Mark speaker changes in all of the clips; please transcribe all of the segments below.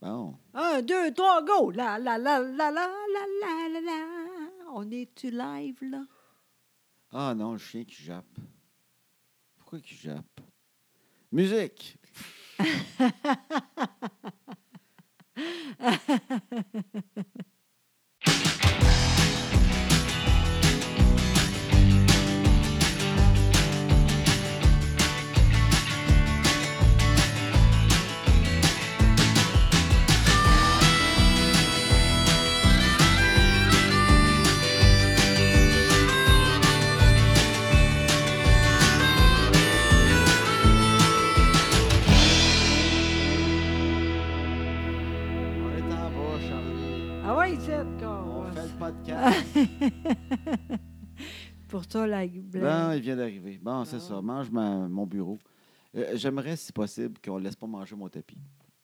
Speaker 1: Bon.
Speaker 2: Un, deux, trois, go! La, la, la, la, la, la, la, la, la. On est-tu live, là?
Speaker 1: Ah non, le chien qui jappe. Pourquoi qui jappe? Musique! On est en bas, Charlie.
Speaker 2: Ah ouais, c'est qu'on...
Speaker 1: On fait le podcast.
Speaker 2: Pour toi, la blague.
Speaker 1: Bon, il vient d'arriver. Bon, c'est
Speaker 2: Bon.
Speaker 1: ça. Mange ma- mon bureau. Euh, J'aimerais, si possible, qu'on ne laisse pas manger mon tapis.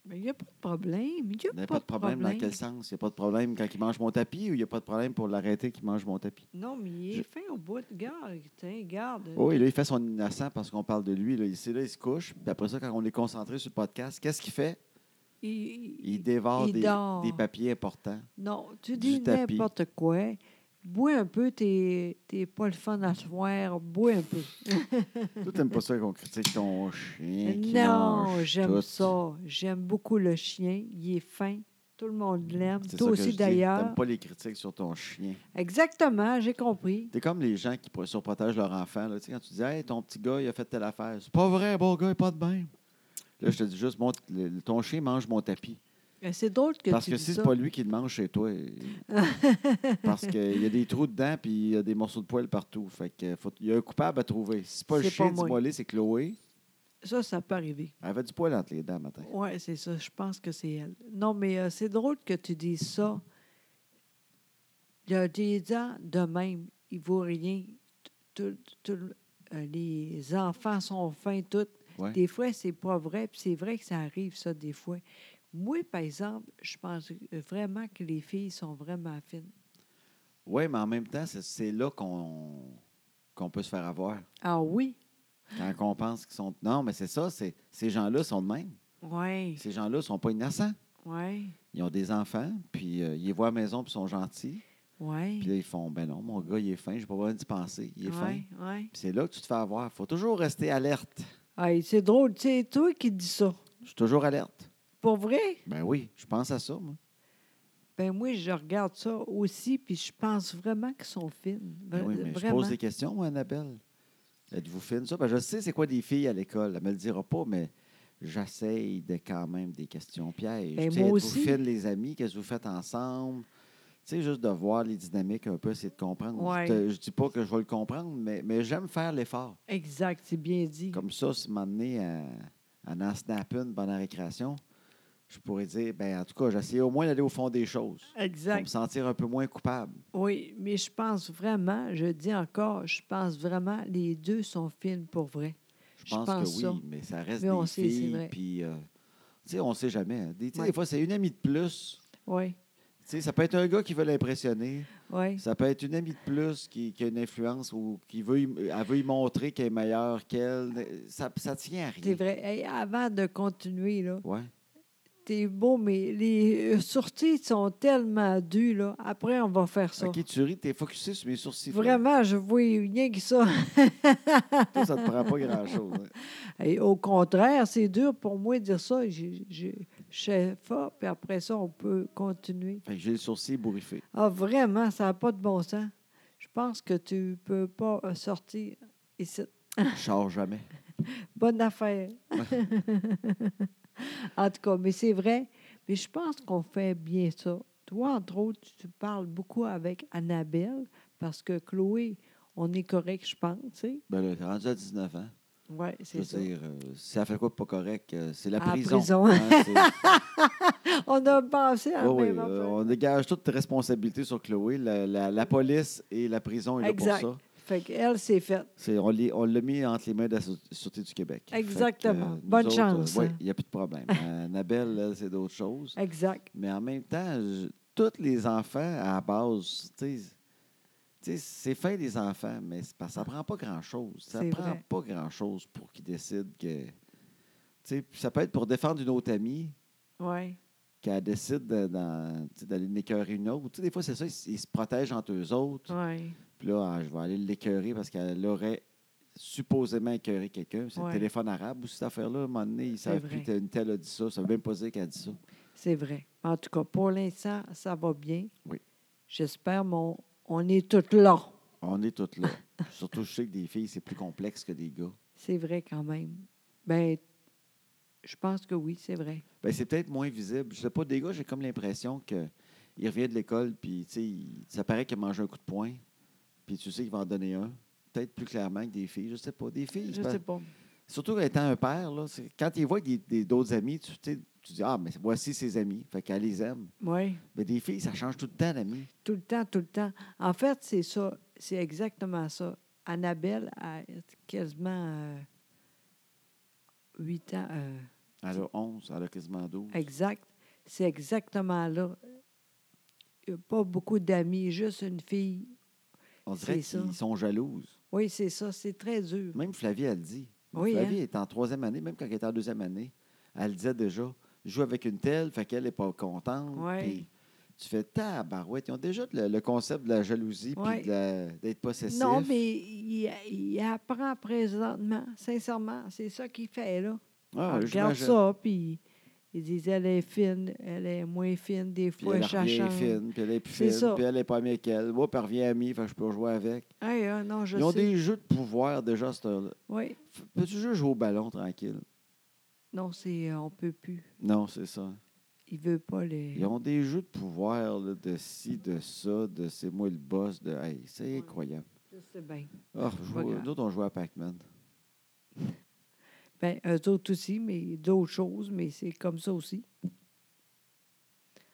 Speaker 2: Mais il n'y a pas de problème. Il n'y a,
Speaker 1: Il n'y Ben, a pas de problème. Dans quel sens? Il n'y a pas de problème quand il mange mon tapis ou il n'y a pas de problème pour l'arrêter qu'il mange mon tapis?
Speaker 2: Non, mais il est
Speaker 1: Je-
Speaker 2: fin au bout de garde. Tiens, garde.
Speaker 1: Oh, et là, il fait son innocent parce qu'on parle de lui. Là. Ici, là, il se couche. Puis après ça, quand on est concentré sur le podcast, qu'est-ce qu'il fait?
Speaker 2: Il-
Speaker 1: Il dévore
Speaker 2: il
Speaker 1: des,
Speaker 2: dort.
Speaker 1: des papiers importants.
Speaker 2: Non, tu
Speaker 1: du
Speaker 2: dis
Speaker 1: tapis.
Speaker 2: n'importe quoi. Bois un peu, t'es t'es pas le fun à se voir. Bois un peu.
Speaker 1: Toi, t'aimes pas ça qu'on critique ton chien qui
Speaker 2: Non,
Speaker 1: mange
Speaker 2: j'aime
Speaker 1: tout.
Speaker 2: ça. J'aime beaucoup le chien. Il est fin. Tout le monde l'aime.
Speaker 1: C'est
Speaker 2: Toi
Speaker 1: ça que je
Speaker 2: aussi,
Speaker 1: dis.
Speaker 2: d'ailleurs.
Speaker 1: T'aimes pas les critiques sur ton chien.
Speaker 2: Exactement, j'ai compris.
Speaker 1: T'es comme les gens qui pro- surprotègent leur enfant. là. Tu sais, quand tu dis Hey, ton petit gars, il a fait telle affaire. C'est pas vrai, bon gars, il est pas de même. Là, je te dis juste, Mon- le- le- ton chien mange mon tapis.
Speaker 2: Mais Euh, C'est drôle que
Speaker 1: Parce
Speaker 2: tu
Speaker 1: que
Speaker 2: dis
Speaker 1: si
Speaker 2: ça.
Speaker 1: c'est pas lui qui le mange chez toi, euh, parce qu'il y a des trous dedans puis il y a des morceaux de poils partout. Fait que faut- il y a un coupable à trouver. Si c'est pas le
Speaker 2: C'est
Speaker 1: chien
Speaker 2: pas moi.
Speaker 1: du c'est Chloé.
Speaker 2: Ça, ça peut arriver.
Speaker 1: Elle avait du poil entre les dents matin.
Speaker 2: Oui, c'est ça. Je pense que c'est elle. Non, mais euh, c'est drôle que tu dises ça. Il y a des gens de même, ils vaut rien. Tout- tout- tout- euh, les enfants sont fins, tout.
Speaker 1: Ouais.
Speaker 2: Des fois, c'est pas vrai. Puis c'est vrai que ça arrive, ça, des fois. Moi, par exemple, je pense vraiment que les filles sont vraiment fines.
Speaker 1: Oui, mais en même temps, c'est- c'est là qu'on qu'on peut se faire avoir.
Speaker 2: Ah oui?
Speaker 1: Quand on pense qu'ils sont. Non, mais c'est ça, c'est- ces gens-là sont de même.
Speaker 2: Oui,
Speaker 1: Ces gens-là sont pas innocents.
Speaker 2: oui,
Speaker 1: Ils ont des enfants, puis euh, ils les voient à la maison, puis ils sont gentils. Puis
Speaker 2: oui.
Speaker 1: là, ils font Ben non, mon gars, il est fin, j'ai pas besoin d'y penser. Il est fin.
Speaker 2: Oui, oui.
Speaker 1: Puis c'est là que tu te fais avoir. faut toujours rester alerte.
Speaker 2: Hey, c'est drôle, c'est toi qui dis ça.
Speaker 1: Je suis toujours alerte.
Speaker 2: Pour vrai?
Speaker 1: Ben oui, je pense à ça, moi.
Speaker 2: Ben moi, je regarde ça aussi, puis je pense vraiment qu'ils sont fines.
Speaker 1: Ben
Speaker 2: Vra-
Speaker 1: oui, mais je
Speaker 2: vraiment.
Speaker 1: pose des questions, moi, Annabelle. Êtes-vous fine, ça? Ben, je sais c'est quoi des filles à l'école. Elle me le dira pas, mais j'essaye de quand même des questions pièges.
Speaker 2: Ben,
Speaker 1: Tu sais,
Speaker 2: moi
Speaker 1: Êtes-vous
Speaker 2: aussi.
Speaker 1: fine, les amis? Qu'est-ce que vous faites ensemble? Tu sais, juste de voir les dynamiques un peu, c'est de comprendre.
Speaker 2: Ouais.
Speaker 1: Je, te- je dis pas que je vais le comprendre, mais, mais j'aime faire l'effort.
Speaker 2: Exact, c'est bien dit.
Speaker 1: Comme ça, si m'amener à, à en snapper une pendant la récréation, je pourrais dire, ben en tout cas, j'essaie au moins d'aller au fond des choses. Pour me
Speaker 2: Exact.
Speaker 1: sentir un peu moins coupable.
Speaker 2: Oui, mais je pense vraiment, je dis encore, je pense vraiment, les deux sont fines pour vrai.
Speaker 1: Je
Speaker 2: Je
Speaker 1: pense,
Speaker 2: pense
Speaker 1: que oui,
Speaker 2: ça.
Speaker 1: mais ça reste
Speaker 2: Mais on
Speaker 1: des
Speaker 2: sait, c'est
Speaker 1: filles.
Speaker 2: vrai.
Speaker 1: Puis, euh, tu sais, on sait jamais. hein. Des, tu sais,
Speaker 2: Ouais.
Speaker 1: des fois, c'est une amie de plus.
Speaker 2: Oui,
Speaker 1: Tu sais, ça peut être un gars qui veut l'impressionner.
Speaker 2: oui.
Speaker 1: Ça peut être une amie de plus qui, qui a une influence ou qui veut, y- elle veut y montrer qu'elle est meilleure qu'elle. Euh, Ça, ça tient à rien.
Speaker 2: C'est vrai. Hey, avant de continuer, là,
Speaker 1: Ouais.
Speaker 2: t'es beau, mais les euh, sourcils sont tellement durs, là. Après, on va faire ça.
Speaker 1: Ok, tu ris, t'es focusé sur mes sourcils.
Speaker 2: Vraiment, je vois rien que ça.
Speaker 1: Toi, ça te prend pas grand-chose. hein.
Speaker 2: Et au contraire, c'est dur pour moi de dire ça. J'ai- j'ai- Je sais pas, puis après ça, on peut continuer.
Speaker 1: Fait que J'ai le sourcil bourriffé.
Speaker 2: Ah, vraiment, ça n'a pas de bon sens. Je pense que tu peux pas euh, sortir ici.
Speaker 1: Je sors jamais.
Speaker 2: Bonne affaire. en tout cas, mais c'est vrai. Mais je pense qu'on fait bien ça. Toi, entre autres, tu- tu parles beaucoup avec Annabelle parce que Chloé, on est correct, je pense. tu sais.
Speaker 1: Ben là, t'es rendu à 19 ans.
Speaker 2: Oui,
Speaker 1: Je
Speaker 2: c'est
Speaker 1: veux
Speaker 2: ça.
Speaker 1: dire, euh, si ça fait quoi de pas correct, euh, c'est la
Speaker 2: À la
Speaker 1: prison.
Speaker 2: prison.
Speaker 1: Hein, c'est-
Speaker 2: On a pensé à la
Speaker 1: Oui,
Speaker 2: même
Speaker 1: oui, euh,
Speaker 2: affaire.
Speaker 1: on dégage toute responsabilité sur Chloé. La, la- la police et la prison est là
Speaker 2: Exact.
Speaker 1: pour ça.
Speaker 2: Fait qu'elle, c'est fait.
Speaker 1: C'est- on l'est- on l'a mis entre les mains de la Sau- Sûreté du Québec. Fait que, euh,
Speaker 2: Exactement.
Speaker 1: nous
Speaker 2: Bonne
Speaker 1: autres,
Speaker 2: chance,
Speaker 1: oui,
Speaker 2: hein.
Speaker 1: il n'y a plus de problème. Euh, Annabelle, elle, c'est d'autres choses.
Speaker 2: Exact.
Speaker 1: Mais en même temps, je- tous les enfants, à la base, tu sais, tu sais, c'est fin des enfants, mais c'est parce que ça ne prend pas grand-chose. Ça
Speaker 2: C'est
Speaker 1: ne prend
Speaker 2: vrai.
Speaker 1: pas grand-chose pour qu'ils décident que... tu sais, Ça peut être pour défendre une autre amie,
Speaker 2: Oui.
Speaker 1: qu'elle décide de- d'en- tu sais, d'aller l'écœurer une autre. Tu sais, des fois, c'est ça, ils, ils se protègent entre eux autres.
Speaker 2: Oui.
Speaker 1: Puis là, ah, je vais aller l'écœurer parce qu'elle aurait supposément écœuré quelqu'un. C'est le
Speaker 2: Ouais.
Speaker 1: téléphone arabe ou cette affaire-là. À un moment donné, ils
Speaker 2: C'est
Speaker 1: savent plus
Speaker 2: vrai.
Speaker 1: qu'une telle a dit ça. Ça veut même pas dire qu'elle a dit ça.
Speaker 2: C'est vrai. En tout cas, pour l'instant, ça va bien.
Speaker 1: Oui.
Speaker 2: J'espère, mon... on est tous là.
Speaker 1: On est toutes là. Surtout, je sais que des filles, c'est plus complexe que des gars.
Speaker 2: C'est vrai quand même. Ben, je pense que oui, c'est vrai.
Speaker 1: Ben, c'est peut-être moins visible. Je sais pas, des gars, j'ai comme l'impression que il revient de l'école, puis tu sais, il- ça paraît qu'il a mangé un coup de poing, puis tu sais qu'il va en donner un. Peut-être plus clairement que des filles, je sais pas. Des filles,
Speaker 2: Je
Speaker 1: c'est pas-
Speaker 2: sais pas.
Speaker 1: surtout étant un père, là, c'est- quand ils voient des- des- d'autres amis, tu, tu sais, tu dis Ah, mais voici ses amis, fait qu'elle les aime.
Speaker 2: Oui.
Speaker 1: Mais des filles, ça change tout le temps d'amis.
Speaker 2: Tout le temps, tout le temps. En fait, c'est ça. C'est exactement ça. Annabelle a quasiment euh, huit ans. euh,
Speaker 1: Elle a 11, elle a quasiment 12.
Speaker 2: exact. C'est exactement là. Il y a Pas beaucoup d'amis, juste une fille.
Speaker 1: On dirait
Speaker 2: c'est ça.
Speaker 1: qu'ils sont jalouses.
Speaker 2: Oui, c'est ça. C'est très dur.
Speaker 1: Même Flavie, elle dit.
Speaker 2: Oui,
Speaker 1: Flavie
Speaker 2: hein?
Speaker 1: est en troisième année, même quand elle était en deuxième année, elle disait déjà Je joue avec une telle, fait qu'elle n'est pas contente.
Speaker 2: Ouais.
Speaker 1: Puis tu fais tabarouette. Ils ont déjà le, le concept de la jalousie
Speaker 2: Ouais.
Speaker 1: puis de la- d'être possessif.
Speaker 2: Non, mais il, il apprend présentement, sincèrement. C'est ça qu'il fait, là.
Speaker 1: Ah,
Speaker 2: On
Speaker 1: ouais,
Speaker 2: regarde
Speaker 1: j'imagine.
Speaker 2: ça, puis il disait, elle est fine, elle est moins fine, des
Speaker 1: Puis
Speaker 2: fois,
Speaker 1: elle
Speaker 2: ça
Speaker 1: revient
Speaker 2: change.
Speaker 1: fine, puis elle est plus
Speaker 2: C'est
Speaker 1: fine,
Speaker 2: ça.
Speaker 1: puis elle n'est pas amie avec elle. Moi, puis elle revient amie, fait que je peux jouer avec.
Speaker 2: Hey, ah, non, je
Speaker 1: Ils ont
Speaker 2: sais.
Speaker 1: des jeux de pouvoir déjà à cette heure-là.
Speaker 2: Oui,
Speaker 1: F- Peux-tu juste jouer au ballon tranquille
Speaker 2: non, c'est, euh, on peut plus.
Speaker 1: Non, c'est ça.
Speaker 2: Il veut pas les...
Speaker 1: Ils ont des jeux de pouvoir, là, de ci, de ça, de c'est moi le boss, de hey, c'est
Speaker 2: Ouais.
Speaker 1: incroyable.
Speaker 2: Je sais bien.
Speaker 1: Ah,
Speaker 2: Pas
Speaker 1: jouer-
Speaker 2: grave.
Speaker 1: nous autres, on jouait à Pac-Man.
Speaker 2: Ben, eux autres aussi, mais d'autres choses, mais c'est comme ça aussi.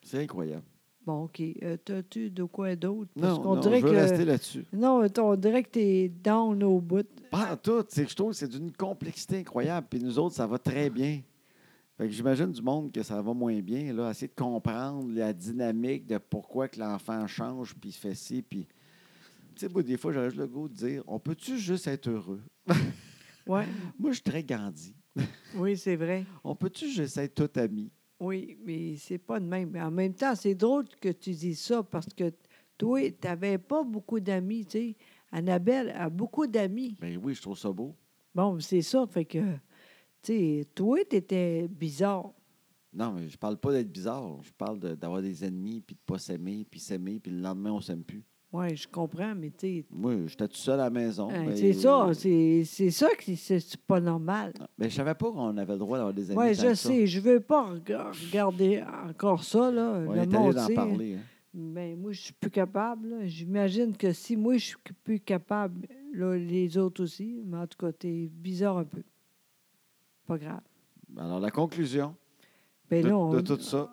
Speaker 1: C'est incroyable.
Speaker 2: Bon, OK. Euh, T'as-tu de quoi d'autre? Parce
Speaker 1: Non,
Speaker 2: qu'on
Speaker 1: non, je
Speaker 2: dirait
Speaker 1: veux
Speaker 2: que...
Speaker 1: rester là-dessus.
Speaker 2: Non, on dirait que t'es down au bout.
Speaker 1: Pas en tout. C'est que je trouve que c'est d'une complexité incroyable. Puis nous autres, ça va très bien. Fait que j'imagine du monde que ça va moins bien, là, essayer de comprendre la dynamique de pourquoi que l'enfant change, puis il fait ci, puis... Tu sais, moi, des fois, j'aurais juste le goût de dire, on peut-tu juste être heureux?
Speaker 2: Ouais.
Speaker 1: Moi, je suis très Gandhi.
Speaker 2: oui, c'est vrai.
Speaker 1: On peut-tu juste être tout amis?
Speaker 2: Oui, mais c'est pas de même. Mais en même temps, c'est drôle que tu dis ça parce que toi, tu n'avais pas beaucoup d'amis, tu sais. Annabelle a beaucoup d'amis.
Speaker 1: Ben oui, je trouve ça beau.
Speaker 2: Bon, c'est ça, fait que, tu sais, toi, tu étais bizarre.
Speaker 1: Non, mais je parle pas d'être bizarre. Je parle de- d'avoir des ennemis, puis de pas s'aimer, puis s'aimer, puis le lendemain, on s'aime plus.
Speaker 2: Oui, je comprends, mais tu sais,
Speaker 1: Moi, j'étais tout seul à la maison.
Speaker 2: hein,
Speaker 1: ben,
Speaker 2: c'est ça, c'est c'est ça que c'est- c'est pas normal.
Speaker 1: Mais je savais pas qu'on avait le droit d'avoir des amis.
Speaker 2: Oui,
Speaker 1: tant
Speaker 2: je
Speaker 1: que Ah, ça.
Speaker 2: sais, je veux pas rega- regarder encore ça, là.
Speaker 1: On
Speaker 2: le
Speaker 1: est allé
Speaker 2: monde
Speaker 1: d'en
Speaker 2: sait.
Speaker 1: parler. hein.
Speaker 2: Ben, moi, je suis plus capable. là. J'imagine que si moi, je suis plus capable, là, les autres aussi. Mais en tout cas, t'es bizarre un peu. Pas grave.
Speaker 1: Alors, la conclusion
Speaker 2: Ben
Speaker 1: de,
Speaker 2: là, on-
Speaker 1: de tout ça,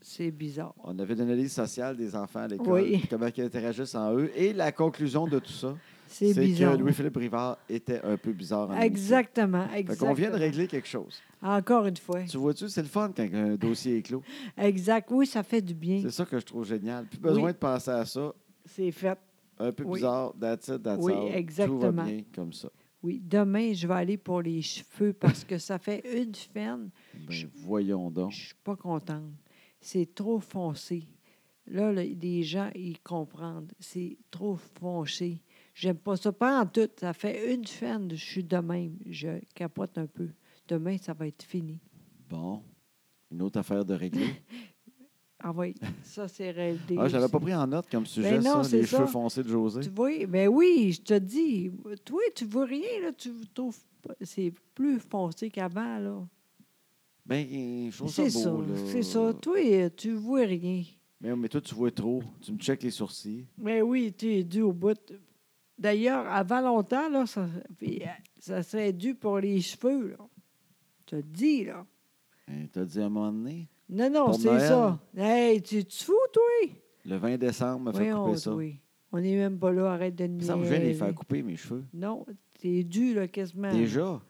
Speaker 2: c'est bizarre.
Speaker 1: on avait une analyse sociale des enfants à l'école,
Speaker 2: Oui.
Speaker 1: comment ils interagissent en eux. Et la conclusion de tout ça,
Speaker 2: C'est
Speaker 1: c'est
Speaker 2: bizarre.
Speaker 1: que Louis-Philippe Rivard était un peu bizarre en amitié.
Speaker 2: Exactement,
Speaker 1: Fait
Speaker 2: exactement.
Speaker 1: qu'on vient de régler quelque chose.
Speaker 2: Encore une fois.
Speaker 1: Tu vois-tu, c'est le fun quand un dossier est clos.
Speaker 2: Exact. Oui, ça fait du bien.
Speaker 1: C'est ça que je trouve génial. Plus besoin
Speaker 2: Oui.
Speaker 1: de penser à ça.
Speaker 2: C'est fait.
Speaker 1: Un peu
Speaker 2: Oui.
Speaker 1: bizarre, that's it, that's
Speaker 2: Oui,
Speaker 1: all. Tout va
Speaker 2: exactement.
Speaker 1: bien comme ça.
Speaker 2: Oui, demain, je vais aller pour les cheveux parce que ça fait une semaine.
Speaker 1: Ben,
Speaker 2: Je-
Speaker 1: voyons donc.
Speaker 2: Je suis pas contente. C'est trop foncé. Là, le- les gens, ils comprennent. C'est trop foncé. J'aime pas ça. Pas en tout. Ça fait une semaine que je suis de même. Je capote un peu. Demain, ça va être fini.
Speaker 1: Bon, une autre affaire de régler.
Speaker 2: Ah oui, ça, c'est réglé.
Speaker 1: Ah, je l'avais
Speaker 2: aussi.
Speaker 1: pas pris en note comme sujet,
Speaker 2: Ben non,
Speaker 1: ça,
Speaker 2: c'est
Speaker 1: les
Speaker 2: ça.
Speaker 1: cheveux foncés de José.
Speaker 2: Tu vois, ben oui, je te dis. Toi, tu vois rien, là. Tu trouves pas- c'est plus foncé qu'avant, là.
Speaker 1: Ben, je trouve ça beau.
Speaker 2: C'est ça.
Speaker 1: là.
Speaker 2: C'est ça. Toi, tu vois rien.
Speaker 1: Mais, mais toi, tu vois trop. Tu me checkes les sourcils.
Speaker 2: Mais oui, tu es dû au bout. D'ailleurs, avant longtemps, là, ça, puis, euh, ça serait dû pour les cheveux. Là. Je te le dis, là.
Speaker 1: Hein, T'as dit à un moment donné,
Speaker 2: Non, non,
Speaker 1: Pour
Speaker 2: c'est
Speaker 1: Noël.
Speaker 2: ça. Hey, tu te fous, toi?
Speaker 1: le 20 décembre, m'a fait
Speaker 2: Voyons,
Speaker 1: couper ça.
Speaker 2: oui. On n'est même pas là, arrête de
Speaker 1: Il me
Speaker 2: niaiser.
Speaker 1: semble que je viens de les faire couper, mes cheveux.
Speaker 2: Non, t'es dû, là, quasiment.
Speaker 1: Déjà.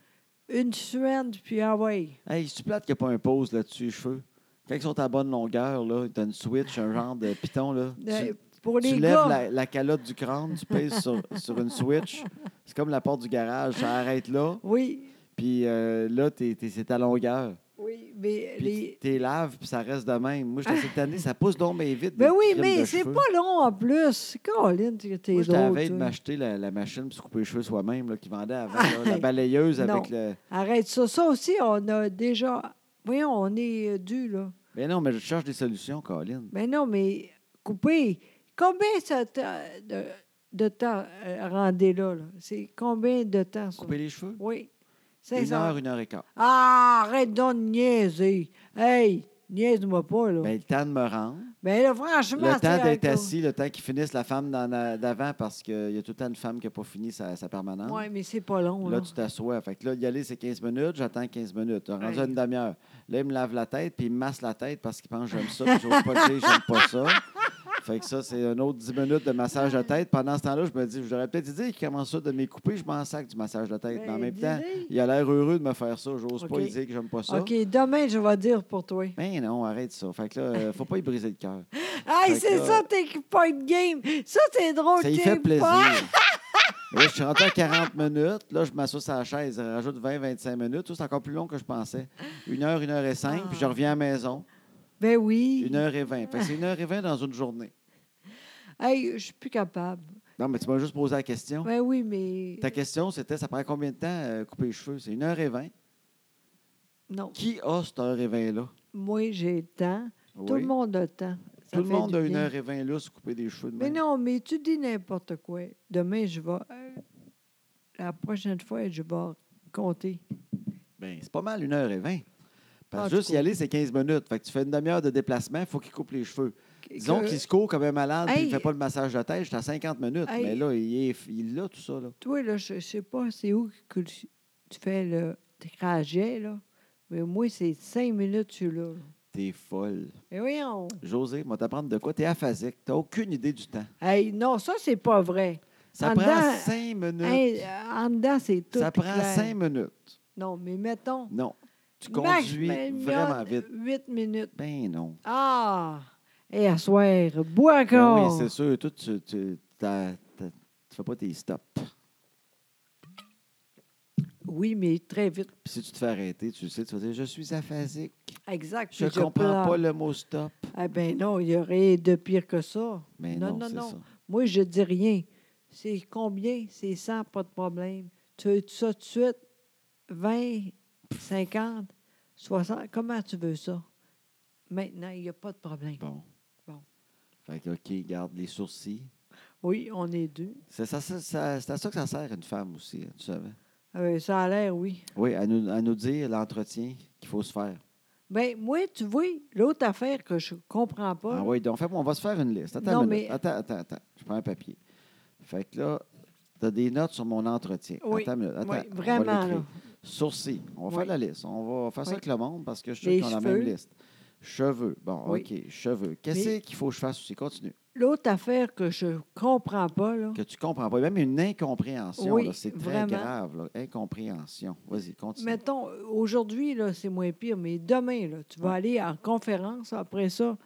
Speaker 2: Une semaine, puis ah ouais.
Speaker 1: Hey, c'est plate qu'il n'y a pas un pause là-dessus, les cheveux. Quand ils sont à bonne longueur, là, t'as une switch, un genre de piton, là.
Speaker 2: Euh,
Speaker 1: Tu,
Speaker 2: pour
Speaker 1: tu
Speaker 2: les
Speaker 1: lèves
Speaker 2: gars,
Speaker 1: la, la calotte du crâne, tu pèses sur, sur une switch. C'est comme la porte du garage, ça arrête là.
Speaker 2: oui,
Speaker 1: Puis euh, là, t'es- t'es- c'est à longueur.
Speaker 2: Oui, mais
Speaker 1: Puis
Speaker 2: les. Ah.
Speaker 1: tu t'es laves, puis ça reste de même. Moi, j'étais cette année, ça pousse donc bien vite. des
Speaker 2: Ben oui,
Speaker 1: crimes de
Speaker 2: mais c'est
Speaker 1: cheveux.
Speaker 2: pas long en plus. Caroline, tu t'es
Speaker 1: Moi, j'étais à la
Speaker 2: drôle,
Speaker 1: veille de
Speaker 2: toi. Ah,
Speaker 1: m'acheter la, la machine pour se couper les cheveux soi-même, là, qui vendait avant, là, la balayeuse avec le.
Speaker 2: Arrête ça. Ça aussi, on a déjà. Voyons, on est dû, là.
Speaker 1: Mais non, mais je cherche des solutions, Colin.
Speaker 2: Mais non, mais couper. Combien ça t'a- de, de temps euh, rendez là? là? C'est combien de temps? Ça?
Speaker 1: Couper les cheveux?
Speaker 2: Oui. C'est
Speaker 1: Une
Speaker 2: ça.
Speaker 1: heure, une heure et quart.
Speaker 2: Ah, arrête donc de niaiser. Hey, niaise-moi pas, là.
Speaker 1: Ben, le temps de me rendre.
Speaker 2: Ben là, franchement,
Speaker 1: Le temps
Speaker 2: c'est-
Speaker 1: d'être assis, le temps qu'ils finissent la femme d'en a- d'avant parce qu'il y a tout le temps une femme qui n'a pas fini sa, sa permanence.
Speaker 2: Oui, mais c'est pas long, là.
Speaker 1: hein? Là, tu t'assois. Fait que là, y aller, c'est 15 minutes, j'attends 15 minutes. On rendu à
Speaker 2: Ouais.
Speaker 1: une demi-heure. Là, il me lave la tête, puis il me masse la tête parce qu'il pense que j'aime ça, puis j'ose pas le dire, j'aime pas ça. Fait que ça, c'est un autre 10 minutes de massage de tête. Pendant ce temps-là, je me dis, j'aurais peut-être dit qu'il commence ça de me couper, je m'en sac du massage de ttête. Mais en
Speaker 2: Ben,
Speaker 1: même temps,
Speaker 2: dis-le.
Speaker 1: il a l'air heureux de me faire ça. J'ose pas
Speaker 2: OK.
Speaker 1: lui dire que j'aime pas ça.
Speaker 2: OK, demain, je vais dire pour toi.
Speaker 1: Ben non, arrête ça. Fait que là, euh, faut pas y briser le cœur. Fait
Speaker 2: Hey,
Speaker 1: que
Speaker 2: c'est
Speaker 1: là-
Speaker 2: ça, t'es point de game. Ça, c'est drôle.
Speaker 1: Ça y
Speaker 2: t'es
Speaker 1: fait plaisir.
Speaker 2: pas-
Speaker 1: Mais là, je suis rentré à 40 minutes. Là, je m'assois à la chaise. Je rajoute 20-25 minutes. Ça, C'est encore plus long que je pensais. Une heure, une heure et cinq. Puis je reviens à la maison.
Speaker 2: Ben oui.
Speaker 1: Une heure et vingt. Fait que c'est une heure et vingt dans une journée.
Speaker 2: Hey, je suis plus capable.
Speaker 1: Non, mais tu m'as juste posé la question.
Speaker 2: Ben oui, mais.
Speaker 1: Oh. Ta question, c'était ça prend combien de temps euh, couper les cheveux? C'est une heure et vingt.
Speaker 2: Non.
Speaker 1: Qui a cette heure et vingt-là?
Speaker 2: Moi, j'ai le temps. Tout le monde a le temps. Ça
Speaker 1: Tout le
Speaker 2: fait
Speaker 1: monde
Speaker 2: du
Speaker 1: a une
Speaker 2: bien.
Speaker 1: heure et vingt là se couper des cheveux de
Speaker 2: Mais
Speaker 1: même.
Speaker 2: non, mais tu dis n'importe quoi. Demain, je vais. euh, La prochaine fois, je vais compter.
Speaker 1: Ben, c'est pas mal, une heure et vingt.
Speaker 2: En
Speaker 1: Parce
Speaker 2: tout
Speaker 1: que juste y
Speaker 2: cas.
Speaker 1: aller, c'est 15 minutes. Fait que tu fais une demi-heure de déplacement, il faut qu'il coupe les cheveux. Disons
Speaker 2: Que-
Speaker 1: qu'il se court comme un malade puis il
Speaker 2: Hey!
Speaker 1: ne fait pas le massage de tête, j'étais à 50 minutes.
Speaker 2: Hey!
Speaker 1: Mais là, il est il l'a tout ça. Là.
Speaker 2: Toi, là, je je sais pas c'est où que tu tu fais le trajet, là. Mais moi, c'est cinq minutes, je suis là.
Speaker 1: T'es folle.
Speaker 2: Mais voyons.
Speaker 1: José, moi t'apprendre de quoi? T'es aphasique. T'as aucune idée du temps.
Speaker 2: Hey, non, ça, c'est pas vrai.
Speaker 1: Ça
Speaker 2: En
Speaker 1: prend
Speaker 2: dedans,
Speaker 1: cinq minutes.
Speaker 2: Hey, euh, en dedans, c'est tout.
Speaker 1: ça prend
Speaker 2: clair.
Speaker 1: cinq minutes.
Speaker 2: Non, mais mettons.
Speaker 1: Non. Tu
Speaker 2: max,
Speaker 1: conduis
Speaker 2: mais
Speaker 1: vraiment vite.
Speaker 2: minute, Huit minutes.
Speaker 1: Ben non.
Speaker 2: Ah! Et à soir, bois
Speaker 1: Ben
Speaker 2: encore.
Speaker 1: oui, c'est sûr. Toi, tu, tu, t'as- t'as- tu fais pas tes stops.
Speaker 2: Oui, mais très vite.
Speaker 1: Puis si tu te fais arrêter, tu sais, tu vas dire Je suis aphasique.
Speaker 2: Exact.
Speaker 1: Je
Speaker 2: puis
Speaker 1: comprends
Speaker 2: pleure.
Speaker 1: pas le mot stop.
Speaker 2: Ah ben non, il y aurait de pire que ça.
Speaker 1: Mais Ben
Speaker 2: Non,
Speaker 1: non,
Speaker 2: non,
Speaker 1: c'est
Speaker 2: non.
Speaker 1: ça.
Speaker 2: Moi, je dis rien. C'est combien? C'est 100, pas de problème. Tu veux ça tout de suite? 20, 50, 60? Comment tu veux ça? Maintenant, il n'y a pas de problème.
Speaker 1: Bon.
Speaker 2: Bon.
Speaker 1: Fait que, OK, garde les sourcils.
Speaker 2: Oui, on est deux.
Speaker 1: C'est ça, ça- ça- c'est à ça que ça sert une femme aussi, hein, tu savais.
Speaker 2: Euh, ça a l'air, oui.
Speaker 1: Oui, à nous, à nous dire l'entretien qu'il faut se faire.
Speaker 2: Ben, moi, tu vois, l'autre affaire que je comprends pas.
Speaker 1: Ah oui, donc fais- on va se faire une liste. Attends,
Speaker 2: Non,
Speaker 1: une minute.
Speaker 2: mais-
Speaker 1: attends, attends, attends. Je prends un papier. Fait que là, tu as des notes sur mon entretien.
Speaker 2: Oui,
Speaker 1: Attends, une minute.
Speaker 2: oui,
Speaker 1: attends, on va
Speaker 2: vraiment,
Speaker 1: l'écrire.
Speaker 2: là.
Speaker 1: Sourcils. On va
Speaker 2: Oui.
Speaker 1: faire la liste. On va faire ça
Speaker 2: Oui.
Speaker 1: avec le monde parce que je
Speaker 2: Les
Speaker 1: suis sûr qu'on a la même
Speaker 2: cheveux.
Speaker 1: liste. Cheveux. Bon,
Speaker 2: Oui.
Speaker 1: OK, cheveux. Qu'est-ce
Speaker 2: Mais-
Speaker 1: qu'il faut que je fasse aussi? Continue.
Speaker 2: L'autre affaire que je comprends pas, là.
Speaker 1: Que tu comprends pas. Même une incompréhension,
Speaker 2: Oui,
Speaker 1: là, c'est très
Speaker 2: vraiment.
Speaker 1: grave. là. Incompréhension. Vas-y, continue.
Speaker 2: Mettons, aujourd'hui, là, c'est moins pire, mais demain, là, tu vas aller en conférence, après ça,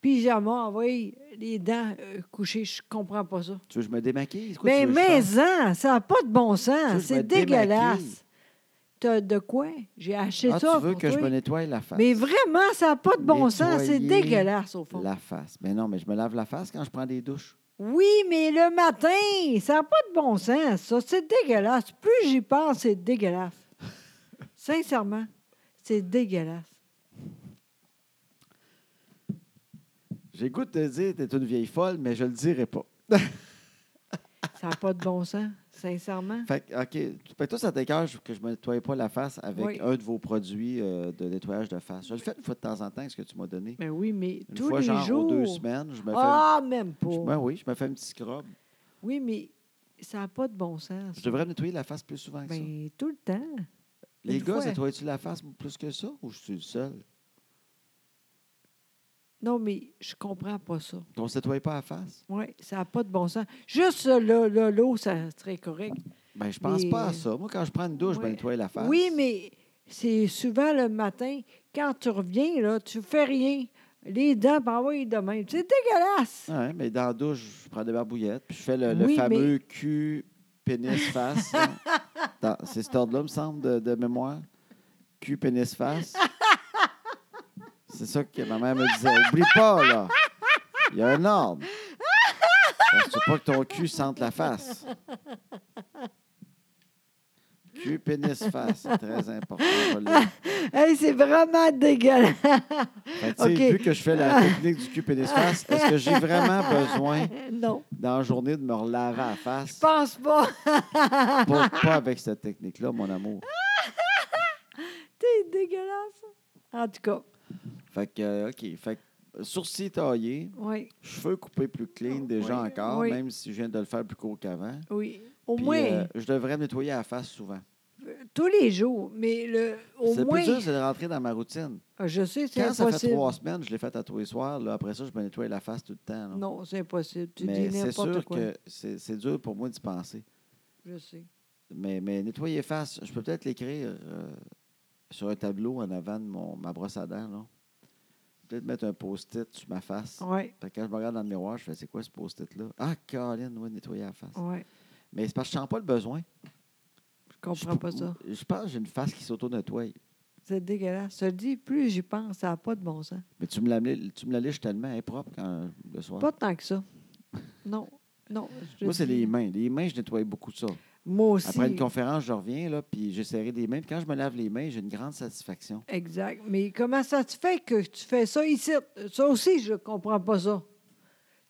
Speaker 2: pyjama, envoyer les dents euh, couchées, je comprends pas ça.
Speaker 1: Tu veux que je me démaquille? Quoi,
Speaker 2: mais
Speaker 1: tu veux que je fasse?
Speaker 2: mais-en, ça n'a pas de bon
Speaker 1: Tu veux
Speaker 2: sens,
Speaker 1: que je me
Speaker 2: c'est
Speaker 1: démaquille?
Speaker 2: dégueulasse. T'as de quoi? J'ai acheté
Speaker 1: Ah,
Speaker 2: ça
Speaker 1: tu veux
Speaker 2: pour
Speaker 1: que je
Speaker 2: toi.
Speaker 1: me nettoie la face?
Speaker 2: Mais vraiment, ça n'a pas de bon sens, c'est
Speaker 1: Nettoyer
Speaker 2: dégueulasse, au fond.
Speaker 1: La face. Mais non, mais je me lave la face quand je prends des douches.
Speaker 2: Oui, mais le matin, ça n'a pas de bon sens, ça. C'est dégueulasse. Plus j'y pense, c'est dégueulasse. Sincèrement, c'est dégueulasse.
Speaker 1: J'ai le goût de te dire, t'es une vieille folle, mais je le dirai pas.
Speaker 2: Ça n'a pas de bon sens, sincèrement.
Speaker 1: Fait que, OK. Fait que toi, ça t'écœure que je me nettoie pas la face avec
Speaker 2: Oui.
Speaker 1: un de vos produits euh, de nettoyage de face. Je le fais une fois de temps en temps, ce que tu m'as donné.
Speaker 2: Mais Ben oui, mais
Speaker 1: Une
Speaker 2: tous
Speaker 1: fois,
Speaker 2: les
Speaker 1: genre,
Speaker 2: jours.
Speaker 1: aux deux semaines, je me fais.
Speaker 2: ah, même
Speaker 1: je- ben
Speaker 2: pas.
Speaker 1: oui, je me fais un petit scrub.
Speaker 2: Oui, mais ça n'a pas de bon sens.
Speaker 1: Je devrais me nettoyer la face plus souvent que ça.
Speaker 2: Ben, tout le temps.
Speaker 1: Les
Speaker 2: une
Speaker 1: gars,
Speaker 2: fois.
Speaker 1: nettoies-tu la face plus que ça ou je suis le seul?
Speaker 2: Non, mais je comprends pas ça.
Speaker 1: On se nettoie pas la face?
Speaker 2: Oui, ça n'a pas de bon sens. Juste ça, là, là, l'eau, ça serait correct.
Speaker 1: Ben, je pense
Speaker 2: Mais-
Speaker 1: pas à ça. Moi, quand je prends une douche, je me
Speaker 2: Ouais.
Speaker 1: nettoie la face.
Speaker 2: Oui, mais c'est souvent le matin, quand tu reviens, là, tu fais rien. Les dents, ben oui, demain. C'est dégueulasse.
Speaker 1: Oui, Ah mais dans la douche, je prends des barbouillettes, puis je fais le, le
Speaker 2: Oui,
Speaker 1: fameux cul, pénis, face. hein. Dans- C'est cet ordre-là, me semble, de, de mémoire. Cul, pénis, face. C'est ça que ma mère me disait. Oublie pas, là. Il y a un ordre. Parce que tu veux pas que ton cul sente la face. Cul, pénis, face. C'est très important. Rolly.
Speaker 2: Ah. Hey, c'est vraiment dégueulasse.
Speaker 1: Fait que, tu sais,
Speaker 2: OK.
Speaker 1: Vu que je fais la technique du cul, pénis, face, est-ce que j'ai vraiment besoin
Speaker 2: Non,
Speaker 1: dans la journée de me relaver à la
Speaker 2: je
Speaker 1: face?
Speaker 2: pense pas.
Speaker 1: Pas, pas avec cette technique-là, mon amour.
Speaker 2: T'es dégueulasse. En tout cas,
Speaker 1: Fait que, euh, OK. Fait que, sourcils taillés,
Speaker 2: oui,
Speaker 1: cheveux coupés plus clean, déjà
Speaker 2: Oui.
Speaker 1: encore,
Speaker 2: Oui.
Speaker 1: même si je viens de le faire plus court qu'avant.
Speaker 2: oui. Au
Speaker 1: Puis,
Speaker 2: moins, euh,
Speaker 1: euh, je devrais me nettoyer la face souvent.
Speaker 2: tous les jours, mais le, au
Speaker 1: C'est le
Speaker 2: moins,
Speaker 1: plus dur, c'est de rentrer dans ma routine.
Speaker 2: Ah, je sais, c'est
Speaker 1: Quand ça fait
Speaker 2: impossible.
Speaker 1: trois semaines, je l'ai fait à tous les soirs. là, après ça, je me nettoie la face tout le temps. là.
Speaker 2: Non, c'est impossible. Tu
Speaker 1: mais
Speaker 2: dis
Speaker 1: c'est
Speaker 2: n'importe
Speaker 1: sûr
Speaker 2: quoi.
Speaker 1: que c'est c'est dur pour moi d'y penser.
Speaker 2: Je sais.
Speaker 1: Mais, mais nettoyer face, je peux peut-être l'écrire euh, sur un tableau en avant de mon, ma brosse à dents. là. Peut-être mettre un post-it sur ma face.
Speaker 2: Oui,
Speaker 1: Fait que quand je me regarde dans le miroir, je fais c'est quoi ce post-it-là? Ah, Caroline, oui, nettoyer la face.
Speaker 2: oui.
Speaker 1: Mais c'est parce que je sens pas le besoin.
Speaker 2: Je comprends pas ça.
Speaker 1: Je pense que j'ai une face qui s'auto-nettoie.
Speaker 2: C'est dégueulasse. Je te dis, plus j'y pense, ça n'a pas de bon sens.
Speaker 1: Mais tu me la, tu me la liches tellement, elle est propre quand, le soir.
Speaker 2: Pas tant que ça. Non, non. je
Speaker 1: Moi, c'est
Speaker 2: dis-
Speaker 1: les mains. Les mains, je nettoie beaucoup ça.
Speaker 2: Moi aussi.
Speaker 1: Après une conférence, je reviens, là, puis j'ai serré des mains. Puis quand je me lave les mains, j'ai une grande satisfaction.
Speaker 2: Exact. Mais comment ça se fait que tu fais ça ici? Ça aussi, je comprends pas ça.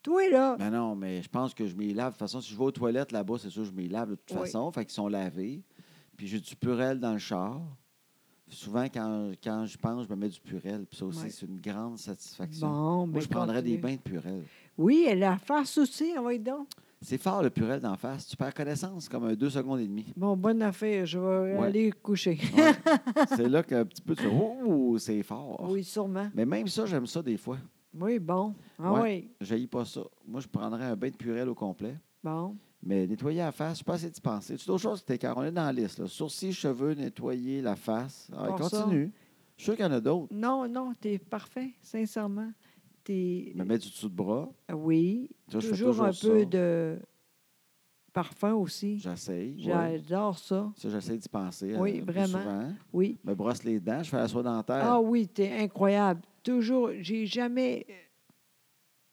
Speaker 2: Toi, là,
Speaker 1: Ben non, mais je pense que je m'y lave. De toute façon, si je vais aux toilettes là-bas, c'est sûr que je m'y lave de toute
Speaker 2: Oui.
Speaker 1: façon. Fait qu'ils sont lavés. Puis j'ai du purel dans le char. Souvent, quand, quand je pense, je me mets du purel. Puis ça aussi,
Speaker 2: Oui.
Speaker 1: c'est une grande satisfaction.
Speaker 2: bon,
Speaker 1: Moi,
Speaker 2: ben,
Speaker 1: je prendrais des bains
Speaker 2: continue.
Speaker 1: de purel.
Speaker 2: Oui, et la face aussi, on va y donc.
Speaker 1: C'est fort, le purel d'en face. Tu perds connaissance comme un deux secondes et demie.
Speaker 2: Bon, bonne affaire, je vais
Speaker 1: Ouais.
Speaker 2: aller coucher.
Speaker 1: Ouais. c'est là qu'un petit peu, tu fais Ouh, c'est fort.
Speaker 2: Oui, sûrement.
Speaker 1: Mais même ça, j'aime ça des fois.
Speaker 2: Oui, bon. Ah
Speaker 1: Ouais.
Speaker 2: oui,
Speaker 1: Je pas ça. Moi, je prendrais un bain de purel au complet.
Speaker 2: bon.
Speaker 1: Mais nettoyer la face, je suis pas assez d'y penser. C'est d'autres choses qui t'écœurent. On est dans la liste. Là. Sourcils, cheveux, nettoyer la face. Ah,
Speaker 2: Bon, ça.
Speaker 1: continue. Je suis sûr qu'il y en a d'autres.
Speaker 2: Non, non, t'es parfait, sincèrement. T'es...
Speaker 1: Je me mets du dessous de bras.
Speaker 2: Oui,
Speaker 1: Ça, je fais
Speaker 2: toujours, un
Speaker 1: toujours
Speaker 2: peu
Speaker 1: ça.
Speaker 2: de parfum aussi.
Speaker 1: J'essaye. ouais.
Speaker 2: J'adore ça,
Speaker 1: Ça, j'essaie d'y penser.
Speaker 2: Oui,
Speaker 1: euh, plus
Speaker 2: vraiment.
Speaker 1: souvent.
Speaker 2: oui.
Speaker 1: Je me brosse les dents. Je fais la soie dentaire.
Speaker 2: Ah oui, t'es incroyable. Toujours, j'ai jamais...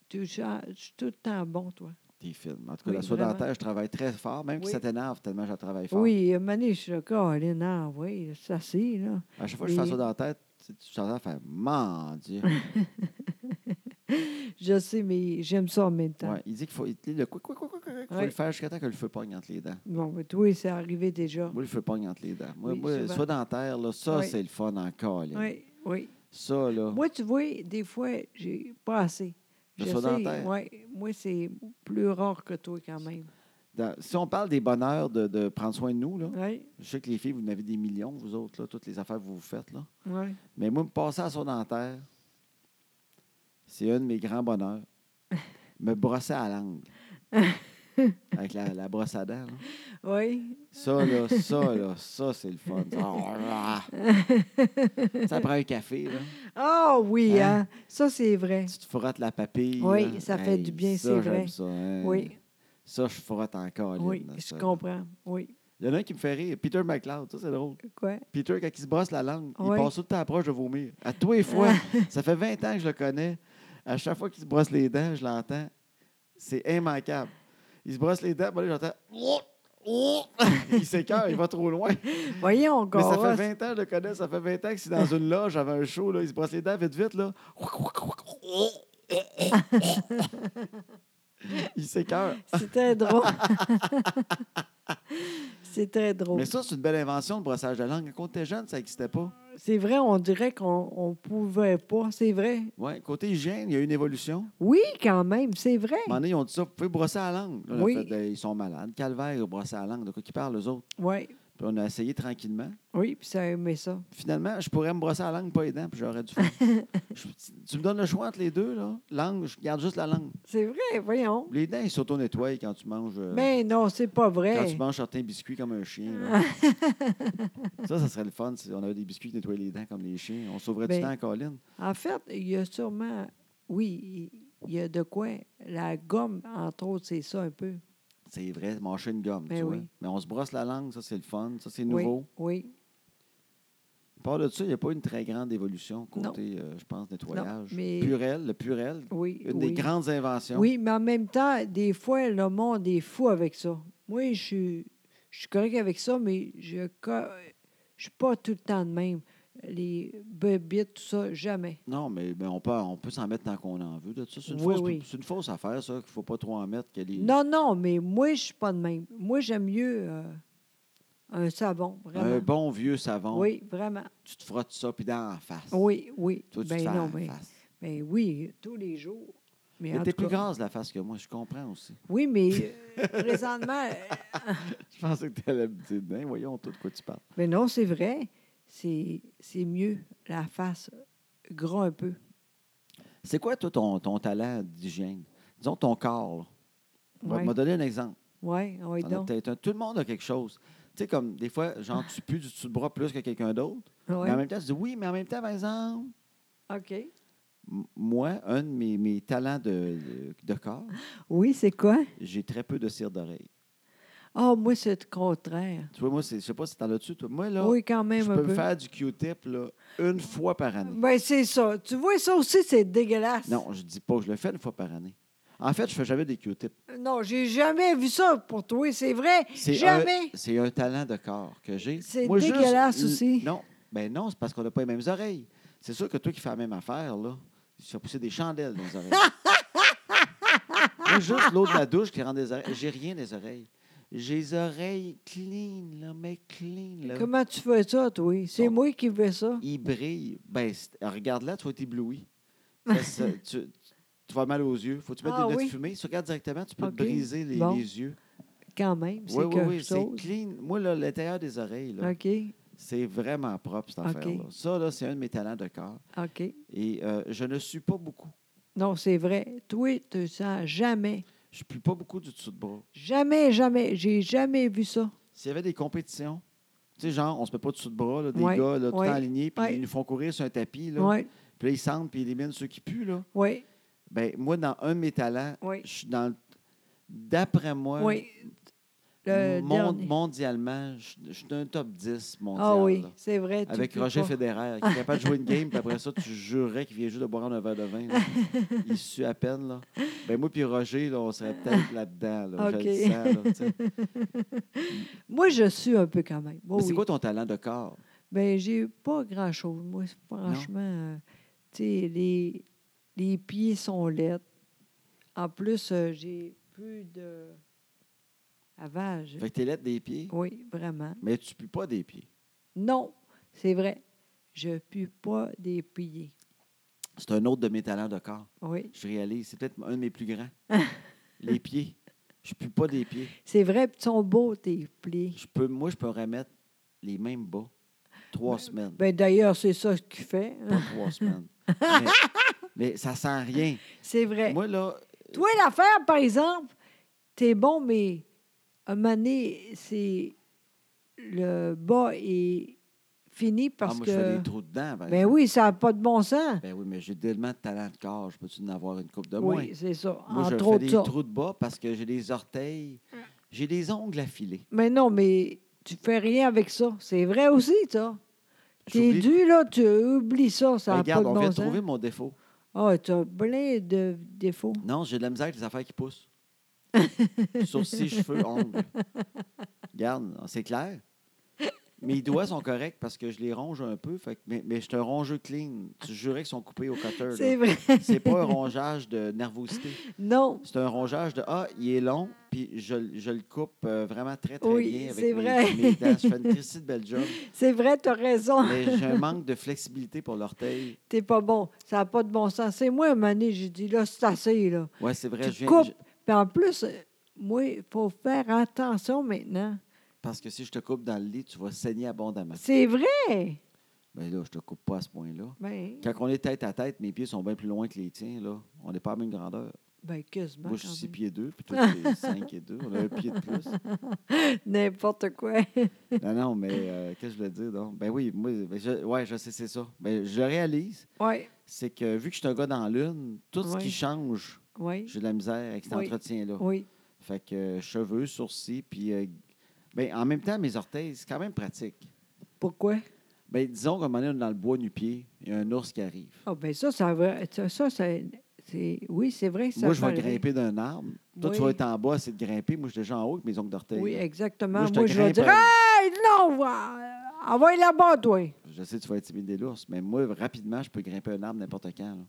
Speaker 2: Tu, ja- je suis tout le temps bon, toi.
Speaker 1: T'es film. En tout cas,
Speaker 2: Oui,
Speaker 1: la soie
Speaker 2: vraiment.
Speaker 1: dentaille, je travaille très fort, même si
Speaker 2: Oui.
Speaker 1: ça t'énerve tellement je la travaille fort.
Speaker 2: Oui, euh, Mané, je suis là, Caroline, ah oui, ça c'est, là.
Speaker 1: À chaque fois que je fais
Speaker 2: Et-
Speaker 1: ça dans la tête, tu tu t'entends faire Mon Dieu.
Speaker 2: Je sais, mais j'aime ça en même temps.
Speaker 1: Ouais, il dit qu'il faut, il te dit le quoi, quoi, quoi, quoi, quoi, faut
Speaker 2: Ouais.
Speaker 1: le faire jusqu'à temps que le feu pogne entre les dents.
Speaker 2: Bon, mais toi, c'est arrivé déjà.
Speaker 1: Moi, le feu pogne entre les dents. Moi,
Speaker 2: Oui,
Speaker 1: moi
Speaker 2: souvent.
Speaker 1: soit dentaire, là, ça,
Speaker 2: Ouais.
Speaker 1: c'est le fun encore.
Speaker 2: Oui, oui.
Speaker 1: Ça, là.
Speaker 2: Moi, tu vois, des fois, j'ai pas assez.
Speaker 1: Le
Speaker 2: J'essaie,
Speaker 1: soin dentaire.
Speaker 2: ouais. moi, c'est plus rare que toi quand même.
Speaker 1: dans- si on parle des bonheurs de, de prendre soin de nous, là,
Speaker 2: Oui,
Speaker 1: je sais que les filles, vous en avez des millions, vous autres, là, toutes les affaires que vous vous faites. Là.
Speaker 2: oui.
Speaker 1: Mais moi, me passer à son dentaire, c'est un de mes grands bonheurs. me brosser à la langue. Avec la, la brosse à dents. là.
Speaker 2: Oui,
Speaker 1: Ça, là, ça, là, ça, c'est le fun. Ça prend un café, là.
Speaker 2: Ah oui,
Speaker 1: Hein?
Speaker 2: hein? ça c'est vrai.
Speaker 1: Tu te frottes la papille.
Speaker 2: Oui,
Speaker 1: là.
Speaker 2: ça fait du bien,
Speaker 1: ça,
Speaker 2: c'est
Speaker 1: j'aime
Speaker 2: vrai.
Speaker 1: Ça, hein.
Speaker 2: Oui,
Speaker 1: Ça, je frotte encore.
Speaker 2: oui, je comprends. Oui,
Speaker 1: Il y en a un qui me fait rire. Peter McLeod, ça, c'est drôle.
Speaker 2: quoi?
Speaker 1: Peter, quand il se brosse la langue, il
Speaker 2: Oui.
Speaker 1: passe tout le temps proche de vomir. À tous les fois. ça fait 20 ans que je le connais. À chaque fois qu'il se brosse les dents, je l'entends. C'est immanquable. Il se brosse les dents, moi, là, j'entends. il s'écœure, il va trop loin.
Speaker 2: Voyons,
Speaker 1: Mais ça
Speaker 2: Goros.
Speaker 1: fait 20 ans que je le connais, ça fait 20 ans que c'est dans une loge, j'avais un show, là, il se brosse les dents vite, vite, là. il s'écœure.
Speaker 2: C'est très drôle. c'est très drôle.
Speaker 1: Mais ça, c'est une belle invention, le brossage de langue. Quand t'es jeune, ça n'existait pas.
Speaker 2: C'est vrai, on dirait qu'on on pouvait pas. C'est vrai.
Speaker 1: Ouais, côté hygiène, il y a eu une évolution.
Speaker 2: Oui, quand même, c'est vrai.
Speaker 1: À un moment donné, ils ont dit ça, vous pouvez brosser à la langue. Là, j'ai
Speaker 2: Oui.
Speaker 1: fait, euh, ils sont malades. Calvaire, ils ont brossé à la langue. De quoi qu'ils parlent, eux autres?
Speaker 2: Oui,
Speaker 1: Puis on a essayé tranquillement.
Speaker 2: oui, puis ça aimait ça.
Speaker 1: Finalement, je pourrais me brosser à la langue, pas les dents, puis j'aurais du fun. Je- tu- tu me donnes le choix entre les deux, là. Langue, je garde juste la langue.
Speaker 2: C'est vrai, voyons.
Speaker 1: Les dents, ils s'auto-nettoient quand tu manges. euh,
Speaker 2: Mais non, c'est pas
Speaker 1: Quand
Speaker 2: vrai.
Speaker 1: tu manges certains biscuits comme un chien. là. ça, ça serait le fun si on avait des biscuits qui nettoyaient les dents comme les chiens. On sauverait du
Speaker 2: Ben,
Speaker 1: temps, Colin.
Speaker 2: En fait, il y a sûrement, oui, il y a de quoi. La gomme, entre autres, c'est ça un peu.
Speaker 1: C'est vrai, mâcher une gomme,
Speaker 2: Ben
Speaker 1: tu vois.
Speaker 2: oui.
Speaker 1: Mais on se brosse la langue, ça, c'est le fun. Ça, c'est
Speaker 2: Oui,
Speaker 1: nouveau.
Speaker 2: Oui,
Speaker 1: part de ça, il n'y a pas une très grande évolution côté, euh, je pense, nettoyage.
Speaker 2: mais-
Speaker 1: Purel, le Purel,
Speaker 2: Oui,
Speaker 1: une
Speaker 2: oui.
Speaker 1: des grandes inventions.
Speaker 2: Oui, mais en même temps, des fois, le monde est fou avec ça. Moi, je suis, je suis correct avec ça, mais je ne suis pas tout le temps de même. Les bébites, tout ça, jamais.
Speaker 1: Non, mais ben, on peut, on peut s'en mettre tant qu'on en veut. de ça. C'est une,
Speaker 2: Oui,
Speaker 1: fausse-
Speaker 2: oui.
Speaker 1: c'est une fausse affaire, ça, qu'il ne faut pas trop en mettre. Que les-
Speaker 2: Non, non, mais moi, je suis pas de même. Moi, j'aime mieux euh, un savon, vraiment.
Speaker 1: un bon vieux savon,
Speaker 2: Oui, vraiment.
Speaker 1: tu te frottes ça, puis dans la face.
Speaker 2: Oui, oui.
Speaker 1: Toi, tu te
Speaker 2: ben
Speaker 1: fais
Speaker 2: non,
Speaker 1: la
Speaker 2: mais,
Speaker 1: face.
Speaker 2: mais oui, tous les jours. Mais
Speaker 1: Mais
Speaker 2: en
Speaker 1: t'es
Speaker 2: tout
Speaker 1: plus
Speaker 2: cas-
Speaker 1: grasse la face que moi, je comprends aussi.
Speaker 2: Oui, mais euh, présentement, euh,
Speaker 1: Je pensais que t'allais me dire, ben, voyons tout de quoi tu parles.
Speaker 2: Mais ben non, c'est vrai. C'est c'est mieux la face gras un peu.
Speaker 1: C'est quoi, toi, ton, ton talent d'hygiène? Disons ton corps. là. On va
Speaker 2: Oui,
Speaker 1: me donner un exemple.
Speaker 2: ouais, oui,
Speaker 1: T'en as
Speaker 2: donc.
Speaker 1: peut-être un. Tout le monde a quelque chose. Tu sais, comme des fois, j'en tue plus du dessus de bras plus que quelqu'un d'autre.
Speaker 2: Ouais.
Speaker 1: Mais en même temps, tu dis oui, mais en même temps, par exemple,
Speaker 2: OK.
Speaker 1: m- moi, un de mes, mes talents de, de, de corps,
Speaker 2: Oui, c'est quoi?
Speaker 1: j'ai très peu de cire d'oreille.
Speaker 2: Ah, moi, c'est le contraire.
Speaker 1: Tu vois, moi, c'est- je sais pas si t'en as-tu, toi. Moi, là,
Speaker 2: oui, quand même
Speaker 1: je
Speaker 2: un
Speaker 1: peux
Speaker 2: peu.
Speaker 1: me faire du Q-tip là, une fois par année.
Speaker 2: Ben, c'est ça. Tu vois, ça aussi, c'est dégueulasse.
Speaker 1: Non, je dis pas, je le fais une fois par année. En fait, je fais jamais des Q-tips.
Speaker 2: Non, j'ai jamais vu ça pour toi. C'est vrai.
Speaker 1: C'est euh,
Speaker 2: Jamais.
Speaker 1: un- C'est un talent de corps que j'ai.
Speaker 2: C'est
Speaker 1: Moi, juste-
Speaker 2: dégueulasse aussi.
Speaker 1: Non, ben non, c'est parce qu'on n'a pas les mêmes oreilles. C'est sûr que toi qui fais la même affaire, là, tu fais pousser des chandelles dans les oreilles. Moi, juste l'eau de la douche qui rend des oreilles. J'ai rien des oreilles. J'ai les oreilles clean, là, mais clean, là.
Speaker 2: Comment tu fais ça, toi? C'est
Speaker 1: Non.
Speaker 2: moi qui fais ça.
Speaker 1: Ils brillent. Ben, c'est- regarde là, tu vas être ébloui. Parce que tu, tu vas mal aux yeux. Faut que tu mettes
Speaker 2: Ah,
Speaker 1: des lunettes
Speaker 2: oui.
Speaker 1: fumées. Si tu regardes directement, tu peux
Speaker 2: OK.
Speaker 1: te briser les,
Speaker 2: Bon.
Speaker 1: les yeux.
Speaker 2: Quand même, c'est
Speaker 1: Oui, oui,
Speaker 2: quelque
Speaker 1: oui, c'est
Speaker 2: chose.
Speaker 1: clean. Moi, là, l'intérieur des oreilles, là,
Speaker 2: OK,
Speaker 1: C'est vraiment propre, cette
Speaker 2: OK.
Speaker 1: affaire-là. Ça, là, c'est un de mes talents de corps.
Speaker 2: OK.
Speaker 1: Et euh, je ne suis pas beaucoup.
Speaker 2: Non, c'est vrai. Toi, tu sens jamais.
Speaker 1: Je ne pue pas beaucoup du dessous de bras.
Speaker 2: Jamais, jamais. J'ai jamais vu ça.
Speaker 1: S'il y avait des compétitions, tu sais, genre, on se met pas du dessous de bras, là, des
Speaker 2: Ouais,
Speaker 1: gars, là, tout
Speaker 2: ouais,
Speaker 1: alignés, puis
Speaker 2: ouais.
Speaker 1: ils nous font courir sur un tapis, là.
Speaker 2: Oui,
Speaker 1: Puis là, ils sentent, puis ils éliminent ceux qui puent, là.
Speaker 2: oui,
Speaker 1: Ben, moi, dans un de mes talents,
Speaker 2: Ouais.
Speaker 1: je suis dans le- D'après moi,
Speaker 2: oui. Le
Speaker 1: mon-
Speaker 2: dernier.
Speaker 1: mondialement, je je suis un top 10 mondial.
Speaker 2: ah oui,
Speaker 1: là.
Speaker 2: c'est vrai. tu
Speaker 1: Avec
Speaker 2: peux
Speaker 1: Roger
Speaker 2: pas.
Speaker 1: Federer, qui est capable de jouer une game, puis après ça, tu jurais qu'il vient juste de boire un verre de vin. là. Il sue à peine. Là. Ben, moi puis Roger, là, on serait peut-être là-dedans. là. Je
Speaker 2: OK.
Speaker 1: le sens, là, tu sais.
Speaker 2: Moi, je suis un peu quand même.
Speaker 1: Mais
Speaker 2: Oh oui.
Speaker 1: c'est quoi ton talent de corps?
Speaker 2: Ben, j'ai pas grand-chose. Moi, c'est- franchement, euh, tu sais, les, les pieds sont laids. En plus, euh, j'ai plus de. Avant, je-
Speaker 1: Fait que t'es lettre des pieds,
Speaker 2: Oui, vraiment.
Speaker 1: mais tu pues pas des pieds.
Speaker 2: Non, c'est vrai. Je pue pas des pieds.
Speaker 1: C'est un autre de mes talents de corps.
Speaker 2: Oui.
Speaker 1: Je réalise, c'est peut-être un de mes plus grands. les pieds. Je pue pas des pieds.
Speaker 2: C'est vrai, puis ils sont beaux, tes plis.
Speaker 1: Je peux, moi, je peux remettre les mêmes bas trois semaines.
Speaker 2: Ben, d'ailleurs, c'est ça que tu fais. hein.
Speaker 1: Pas trois semaines. Mais, mais ça sent rien.
Speaker 2: C'est vrai.
Speaker 1: Moi, là, ah,
Speaker 2: Toi, l'affaire, par exemple, t'es bon, mais à un moment donné, c'est le bas est fini
Speaker 1: ah,
Speaker 2: parce
Speaker 1: moi, je fais
Speaker 2: que.
Speaker 1: des trous hein. dedans. par
Speaker 2: Ben oui, ça n'a pas de bon sens.
Speaker 1: Ben oui, mais j'ai tellement de talent de corps, je peux-tu en avoir une coupe de moins?
Speaker 2: oui, c'est ça.
Speaker 1: Ben Moi, je
Speaker 2: Entre
Speaker 1: fais
Speaker 2: autres,
Speaker 1: des
Speaker 2: ça. Mm.
Speaker 1: trous de bas parce que j'ai des orteils, j'ai des ongles affilés.
Speaker 2: Mais non, mais tu fais rien avec ça. C'est vrai aussi, ça. T'es
Speaker 1: J'oublie- Ben,
Speaker 2: dû, là, tu oublies ça, ça n'a pas de
Speaker 1: Regarde, on vient
Speaker 2: bon
Speaker 1: de trouver
Speaker 2: sens.
Speaker 1: mon défaut.
Speaker 2: Ah, tu as plein de défauts.
Speaker 1: Non, j'ai de la misère avec les affaires qui poussent. Sourcils, cheveux, ongles. Regarde, c'est clair. Mes doigts sont corrects parce que je les ronge un peu. fait que- mais, mais je suis un rongeux clean. Tu jurais qu'ils sont coupés au cutter.
Speaker 2: C'est
Speaker 1: là.
Speaker 2: vrai.
Speaker 1: C'est pas un rongeage de nervosité.
Speaker 2: Non.
Speaker 1: C'est un rongeage de Ah, il est long, puis je, l- je le coupe euh, vraiment très, très
Speaker 2: Oui,
Speaker 1: bien avec mes,
Speaker 2: c'est vrai.
Speaker 1: mes dents. Je fais une Christie de belle job,
Speaker 2: C'est vrai, tu as raison.
Speaker 1: mais j'ai un manque de flexibilité pour l'orteil.
Speaker 2: T'es pas bon. Ça n'a pas de bon sens. C'est moi, à un moment donné, j'ai dit, là, c'est assez, là.
Speaker 1: Oui, c'est vrai.
Speaker 2: Tu
Speaker 1: Je viens,
Speaker 2: coupes.
Speaker 1: je-
Speaker 2: Puis en plus, euh, moi, il faut faire attention maintenant.
Speaker 1: parce que si je te coupe dans le lit, tu vas saigner abondamment.
Speaker 2: C'est vrai.
Speaker 1: Mais là, je te coupe pas à ce point-là.
Speaker 2: Ben,
Speaker 1: Quand on est tête à tête, mes pieds sont bien plus loin que les tiens. là. On n'est pas à la même grandeur.
Speaker 2: ben quasiment.
Speaker 1: Moi, je
Speaker 2: quand
Speaker 1: suis 6
Speaker 2: même.
Speaker 1: pieds 2, puis toi, tu es 5 et 2. On a un pied de plus.
Speaker 2: N'importe quoi.
Speaker 1: Non, non, mais euh, qu'est-ce que je voulais dire? Donc? Ben oui, moi, ben, je, ouais, je sais, c'est ça. Ben, je le réalise.
Speaker 2: oui,
Speaker 1: c'est que vu que je suis un gars dans la lune, tout ce
Speaker 2: Ouais.
Speaker 1: qui change,
Speaker 2: oui,
Speaker 1: j'ai de la misère avec cet
Speaker 2: Oui.
Speaker 1: entretien-là.
Speaker 2: oui.
Speaker 1: Fait que euh, cheveux, sourcils, puis. euh, ben, en même temps, mes orteils, c'est quand même pratique.
Speaker 2: Pourquoi?
Speaker 1: Ben, disons qu'à un moment donné, on est dans le bois nu-pied, il y a un ours qui arrive.
Speaker 2: Ah, ben ça, ça va. Ça, ça, c'est- c'est- oui, c'est vrai. que Ça
Speaker 1: moi, je
Speaker 2: peut
Speaker 1: vais
Speaker 2: arriver.
Speaker 1: grimper d'un arbre. Toi, tu
Speaker 2: Oui.
Speaker 1: vas être en bas, c'est de grimper. Moi, je suis déjà en haut avec mes ongles d'orteil.
Speaker 2: Oui,
Speaker 1: là.
Speaker 2: exactement.
Speaker 1: Moi,
Speaker 2: Moi,
Speaker 1: je te
Speaker 2: je, vais
Speaker 1: grimpe
Speaker 2: dire
Speaker 1: un-
Speaker 2: Hey, non, va, euh, envoie là-bas, toi.
Speaker 1: Je sais que tu vas intimider l'ours, mais moi, rapidement, je peux grimper un arbre n'importe quand. là.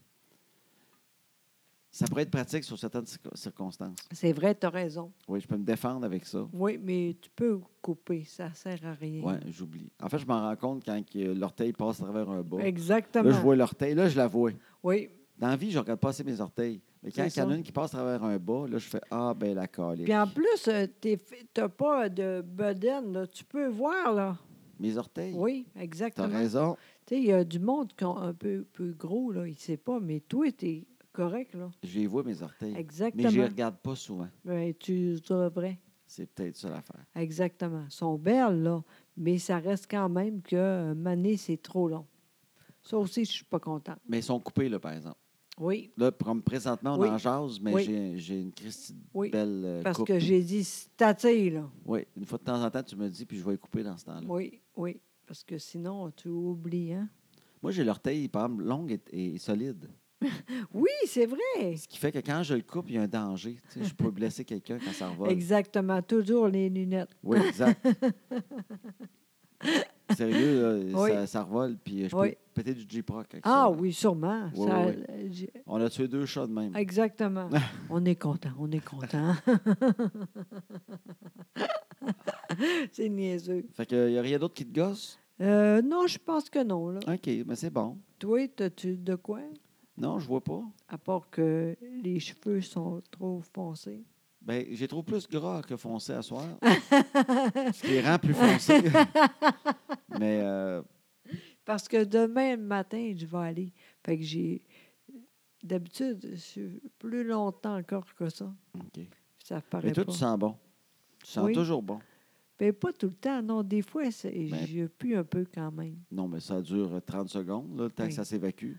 Speaker 1: Ça pourrait être pratique sur certaines cir- circonstances.
Speaker 2: C'est vrai, tu as raison.
Speaker 1: Oui, je peux me défendre avec ça.
Speaker 2: Oui, mais tu peux couper, ça sert à rien.
Speaker 1: Oui, j'oublie. En fait, je m'en rends compte quand que l'orteil passe à travers un bas.
Speaker 2: Exactement.
Speaker 1: Là, je vois l'orteil. Là, je la vois.
Speaker 2: Oui.
Speaker 1: Dans la vie, je regarde pas assez mes orteils. Mais quand
Speaker 2: C'est
Speaker 1: il y en a
Speaker 2: ça.
Speaker 1: une qui passe à travers un bas, là, je fais Ah, ben la calique.
Speaker 2: Puis en plus, euh, t'es fi- t'as pas de bedaine, là. tu peux voir, là.
Speaker 1: Mes orteils.
Speaker 2: Oui,
Speaker 1: T'as
Speaker 2: exactement. Tu
Speaker 1: raison.
Speaker 2: sais, il y a du monde qui ont un peu, peu gros, là, il sait pas, mais toi, t'es correct, là.
Speaker 1: Je les vois, mes orteils. Mais je les
Speaker 2: Exactement.
Speaker 1: regarde pas souvent.
Speaker 2: Ben, tu devrais.
Speaker 1: C'est peut-être ça l'affaire.
Speaker 2: Exactement. Ils sont belles, là, mais ça reste quand même que euh, Mané, c'est trop long. Ça aussi, je suis pas contente.
Speaker 1: Mais ils sont coupés, là, par exemple.
Speaker 2: Oui,
Speaker 1: Là, comme présentement, on
Speaker 2: Oui.
Speaker 1: en jase, mais
Speaker 2: Oui.
Speaker 1: j'ai- j'ai une Christie de
Speaker 2: Oui,
Speaker 1: belle euh,
Speaker 2: parce
Speaker 1: coupe.
Speaker 2: que j'ai dit statille, là.
Speaker 1: Oui, une fois de temps en temps, tu me dis, puis je vais les couper dans ce temps-là.
Speaker 2: Oui, oui. Parce que sinon, tu oublies, hein?
Speaker 1: Moi, j'ai l'orteil, par exemple, long et, et solide.
Speaker 2: Oui, c'est vrai.
Speaker 1: Ce qui fait que quand je le coupe, il y a un danger. Tu sais, je peux blesser quelqu'un quand ça revole.
Speaker 2: Exactement. Toujours les lunettes.
Speaker 1: Oui, exact. Sérieux, là,
Speaker 2: Oui.
Speaker 1: ça, ça revole, puis je peux
Speaker 2: Oui.
Speaker 1: péter du J-Proc avec ça,
Speaker 2: Ah
Speaker 1: là.
Speaker 2: oui, sûrement.
Speaker 1: Oui,
Speaker 2: Ça-
Speaker 1: oui,
Speaker 2: j'ai-
Speaker 1: On a tué deux chats de même.
Speaker 2: Exactement. on est content, on est content. c'est niaiseux.
Speaker 1: Fait qu'il n'y a rien d'autre qui te gosse?
Speaker 2: Euh, non, je pense que non. Là.
Speaker 1: OK, mais c'est bon.
Speaker 2: Toi, as-tu de quoi?
Speaker 1: Non, je vois pas.
Speaker 2: À part que les cheveux sont trop foncés.
Speaker 1: Ben, j'ai trop plus gras que foncé à soir. ce qui les rend plus foncé. mais euh,
Speaker 2: Parce que demain matin, je vais aller. Fait que j'ai. D'habitude, je suis plus longtemps encore que ça.
Speaker 1: OK.
Speaker 2: Ça paraît
Speaker 1: Mais toi,
Speaker 2: pas.
Speaker 1: tu sens bon. Tu sens
Speaker 2: Oui.
Speaker 1: toujours bon.
Speaker 2: Ben, pas tout le temps, non. Des fois, c'est-
Speaker 1: Ben-
Speaker 2: je pue un peu quand même.
Speaker 1: Non, mais ça dure euh, 30 secondes, là, le temps
Speaker 2: Oui.
Speaker 1: que ça s'évacue.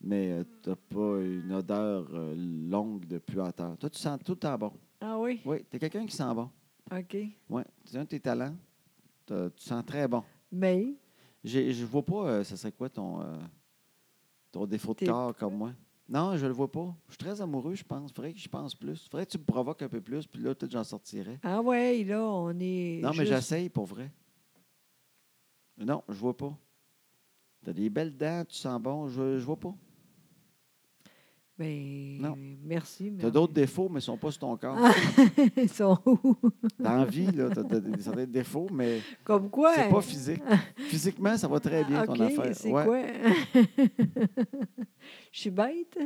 Speaker 1: Mais tu n'as pas une odeur euh, longue de puanteur. Toi, tu sens tout le temps bon.
Speaker 2: Ah oui?
Speaker 1: Oui, tu es quelqu'un qui sent bon.
Speaker 2: OK.
Speaker 1: Oui, c'est un de tes talents. T'as- Tu sens très bon.
Speaker 2: Mais,
Speaker 1: J'ai- Je ne vois pas, euh, ce serait quoi ton, euh, ton défaut de
Speaker 2: T'es-
Speaker 1: corps comme moi? Non, je le vois pas. Je suis très amoureux, je pense. Faudrait que je pense plus. Faudrait que tu me provoques un peu plus, puis là, peut-être j'en sortirais.
Speaker 2: ah ouais, là, on est.
Speaker 1: Non, mais
Speaker 2: juste-
Speaker 1: j'essaye pour vrai. Non, je vois pas. T'as des belles dents, tu sens bon, je, je vois pas.
Speaker 2: Ben,
Speaker 1: Non.
Speaker 2: merci. mais-
Speaker 1: T'as d'autres défauts, mais ils sont pas sur ton corps.
Speaker 2: Ils sont où?
Speaker 1: Dans la vie, là, t'as t'as des certains défauts, mais
Speaker 2: Comme quoi?
Speaker 1: c'est pas physique. Physiquement, ça va très bien,
Speaker 2: Ah,
Speaker 1: ton
Speaker 2: OK,
Speaker 1: affaire.
Speaker 2: c'est
Speaker 1: Ouais.
Speaker 2: quoi? Je suis bête?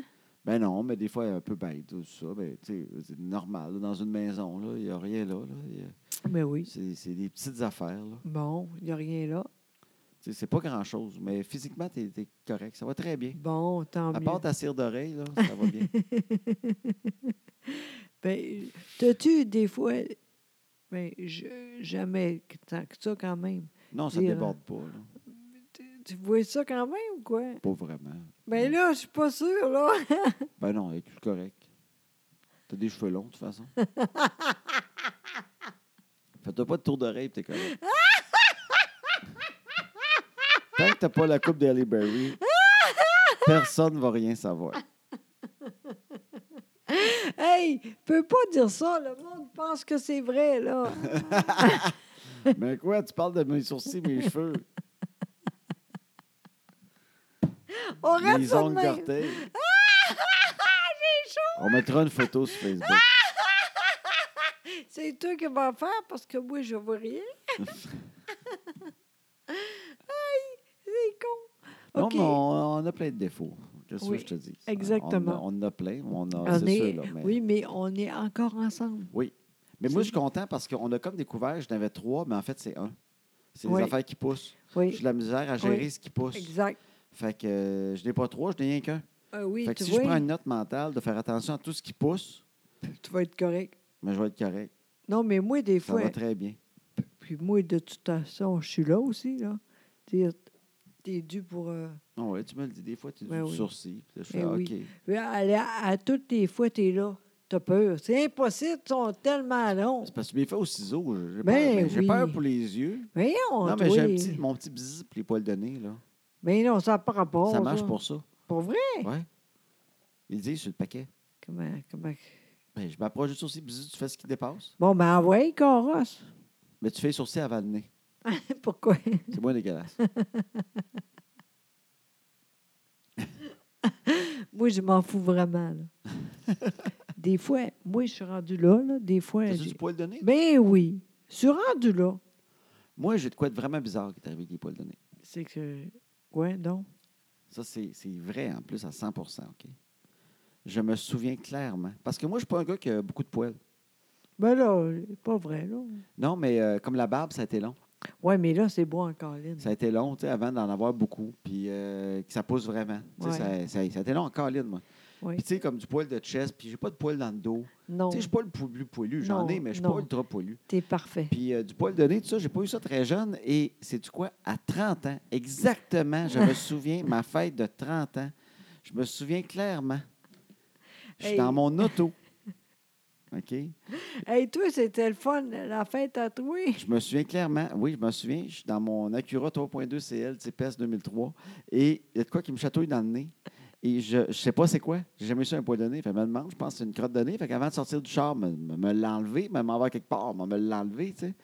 Speaker 1: Ben non, mais des fois, un peu bête, tout ça. Ben, tu sais, c'est normal. là, dans une maison, là, il n'y a rien là. là, il y a-
Speaker 2: Ben oui.
Speaker 1: C'est c'est des petites affaires, là.
Speaker 2: Bon, il n'y a rien là.
Speaker 1: Tu sais, C'est pas grand-chose, mais physiquement, t'es es correct. Ça va très bien.
Speaker 2: Bon, tant
Speaker 1: À
Speaker 2: mieux.
Speaker 1: part ta cire d'oreille, là, ça va bien.
Speaker 2: Ben, t'as-tu des fois. Ben, je- jamais tant que ça quand même.
Speaker 1: Non, ça
Speaker 2: Dire, euh,
Speaker 1: déborde pas, là.
Speaker 2: Tu, tu vois ça quand même ou quoi?
Speaker 1: Pas vraiment.
Speaker 2: Ben là, je suis pas sûre, là.
Speaker 1: Ben non, elle est tout correct. T'as des cheveux longs, de toute façon. Fait que t'as pas de tour d'oreille, pis t'es correct. Tant que t'as pas la coupe d'Halle Berry, personne va rien savoir.
Speaker 2: Hey, peux pas dire ça. Le monde pense que c'est vrai, là.
Speaker 1: Mais quoi, tu parles de mes sourcils, mes cheveux,
Speaker 2: On reste
Speaker 1: mes
Speaker 2: ça de
Speaker 1: ongles
Speaker 2: même.
Speaker 1: d'orteil. On mettra une photo sur Facebook.
Speaker 2: C'est toi qui vas faire parce que moi, je vois rien. Hey, c'est con.
Speaker 1: Non,
Speaker 2: OK.
Speaker 1: mais on, on a plein de défauts. Qu'est-ce que
Speaker 2: Oui,
Speaker 1: je te dis?
Speaker 2: exactement.
Speaker 1: On, en a- on en a plein. On en
Speaker 2: On
Speaker 1: c'est
Speaker 2: est-
Speaker 1: sûr, là, mais-
Speaker 2: Oui, mais on est encore ensemble.
Speaker 1: Mais moi, je
Speaker 2: C'est-
Speaker 1: suis content parce qu'on a comme découvert, j'en avais trois, mais en fait, c'est un. C'est
Speaker 2: Oui.
Speaker 1: des affaires qui poussent. J'ai
Speaker 2: Oui,
Speaker 1: de la misère à gérer
Speaker 2: Oui.
Speaker 1: ce qui pousse.
Speaker 2: exact.
Speaker 1: Fait que euh, je n'ai pas trois, je n'ai rien qu'un.
Speaker 2: Ah oui,
Speaker 1: fait que
Speaker 2: tu
Speaker 1: si
Speaker 2: vois,
Speaker 1: je prends une note mentale de faire attention à tout ce qui pousse,
Speaker 2: tu vas être correct.
Speaker 1: mais je vais être correct.
Speaker 2: Non, mais moi, des
Speaker 1: Ça
Speaker 2: fois,
Speaker 1: va très bien.
Speaker 2: puis moi, de toute façon, je suis là aussi, là. T'es, t'es dû pour... euh,
Speaker 1: Ah ouais, tu me le dis des fois, tu dis
Speaker 2: Ben
Speaker 1: du
Speaker 2: oui.
Speaker 1: sourcil. Puis là, je fais
Speaker 2: Ben
Speaker 1: ah, OK.
Speaker 2: oui. à, à- à toutes les fois, t'es là. T'as peur. C'est impossible, ils sont tellement longs.
Speaker 1: C'est parce que tu m'es fait au ciseau. J'ai peur,
Speaker 2: Ben
Speaker 1: mais j'ai
Speaker 2: oui.
Speaker 1: peur pour les yeux.
Speaker 2: Voyons,
Speaker 1: non, mais j'ai un
Speaker 2: toi.
Speaker 1: petit, mon petit bzzz pour les poils de nez. Là.
Speaker 2: Mais non, ça n'a pas rapport.
Speaker 1: ça marche
Speaker 2: ça.
Speaker 1: pour ça.
Speaker 2: Pour vrai?
Speaker 1: Ouais. Ils disent sur le paquet.
Speaker 2: Comment, comment...
Speaker 1: Ben, je m'approche du sourcil, bzzz, tu fais ce qui dépasse.
Speaker 2: Bon, ben envoyez Coros.
Speaker 1: Mais tu fais le sourcil avant le nez.
Speaker 2: Pourquoi?
Speaker 1: C'est moins dégueulasse.
Speaker 2: Ben Moi, je m'en fous vraiment. là. des fois, moi, je suis rendue là, là. Des fois,
Speaker 1: T'as-tu
Speaker 2: j'ai-
Speaker 1: du poil de nez?
Speaker 2: ben oui, je suis rendue là.
Speaker 1: Moi, j'ai de quoi de vraiment bizarre qui est arrivé avec les poils de nez.
Speaker 2: C'est que, ouais, non.
Speaker 1: Ça, c'est c'est vrai en plus à 100 OK? Je me souviens clairement. Parce que moi, je ne suis pas un gars qui a beaucoup de poils.
Speaker 2: Ben là, pas vrai, là.
Speaker 1: Non, mais euh, comme la barbe, ça a été long.
Speaker 2: Ouais, mais là, c'est beau encore, Lynn.
Speaker 1: Ça a été long, tu sais, avant d'en avoir beaucoup, puis euh, que ça pousse vraiment. Tu sais,
Speaker 2: Ouais.
Speaker 1: Ça, ça- ça a été long en colline, moi.
Speaker 2: Oui.
Speaker 1: Puis, tu sais, comme du poil de chest, puis j'ai pas de poil dans le dos.
Speaker 2: Non,
Speaker 1: Tu sais, je suis pas le pou- plus poilu. J'en
Speaker 2: Non,
Speaker 1: ai, mais je suis pas
Speaker 2: non.
Speaker 1: ultra poilu.
Speaker 2: t'es parfait.
Speaker 1: Puis euh, du poil de nez, tout ça, j'ai pas eu ça très jeune. Et c'est du quoi? À 30 ans, exactement, je me souviens, ma fête de 30 ans, je me souviens clairement. Je suis
Speaker 2: Hey.
Speaker 1: dans mon auto. OK?
Speaker 2: Hey, toi, c'était le fun, la fête à toi.
Speaker 1: Je me souviens clairement, oui, je me souviens, je suis dans mon Acura 3.2 CL TPS 2003 et il y a de quoi qui me chatouille dans le nez. Et je ne sais pas c'est quoi. J'ai jamais eu ça un poil de nez. Fait, je me demande, je pense que c'est une crotte de nez. Fait qu'avant de sortir du char, me, me, me l'enlever, me m'en va quelque part, me, me l'enlever, tu sais.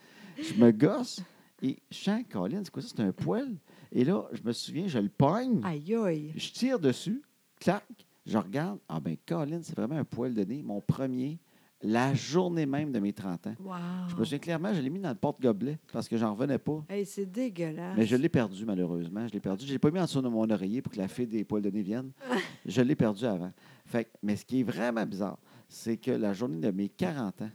Speaker 1: Je me gosse et je sens, Colin, c'est quoi ça? C'est un poil. Et là, je me souviens, je le pogne,
Speaker 2: Aïe, aïe.
Speaker 1: je tire dessus, clac, je regarde. Ah ben, Colin, c'est vraiment un poil de nez, mon premier, la journée même de mes 30 ans.
Speaker 2: Wow.
Speaker 1: Je me souviens clairement, je l'ai mis dans le porte-gobelet parce que j'en revenais pas.
Speaker 2: Hey, c'est dégueulasse.
Speaker 1: Mais je l'ai perdu, malheureusement. Je l'ai perdu. Je l'ai pas mis en dessous de mon oreiller pour que la fille des poils de nez vienne. Je l'ai perdu avant. Fait, que- mais ce qui est vraiment bizarre, c'est que la journée de mes 40 ans,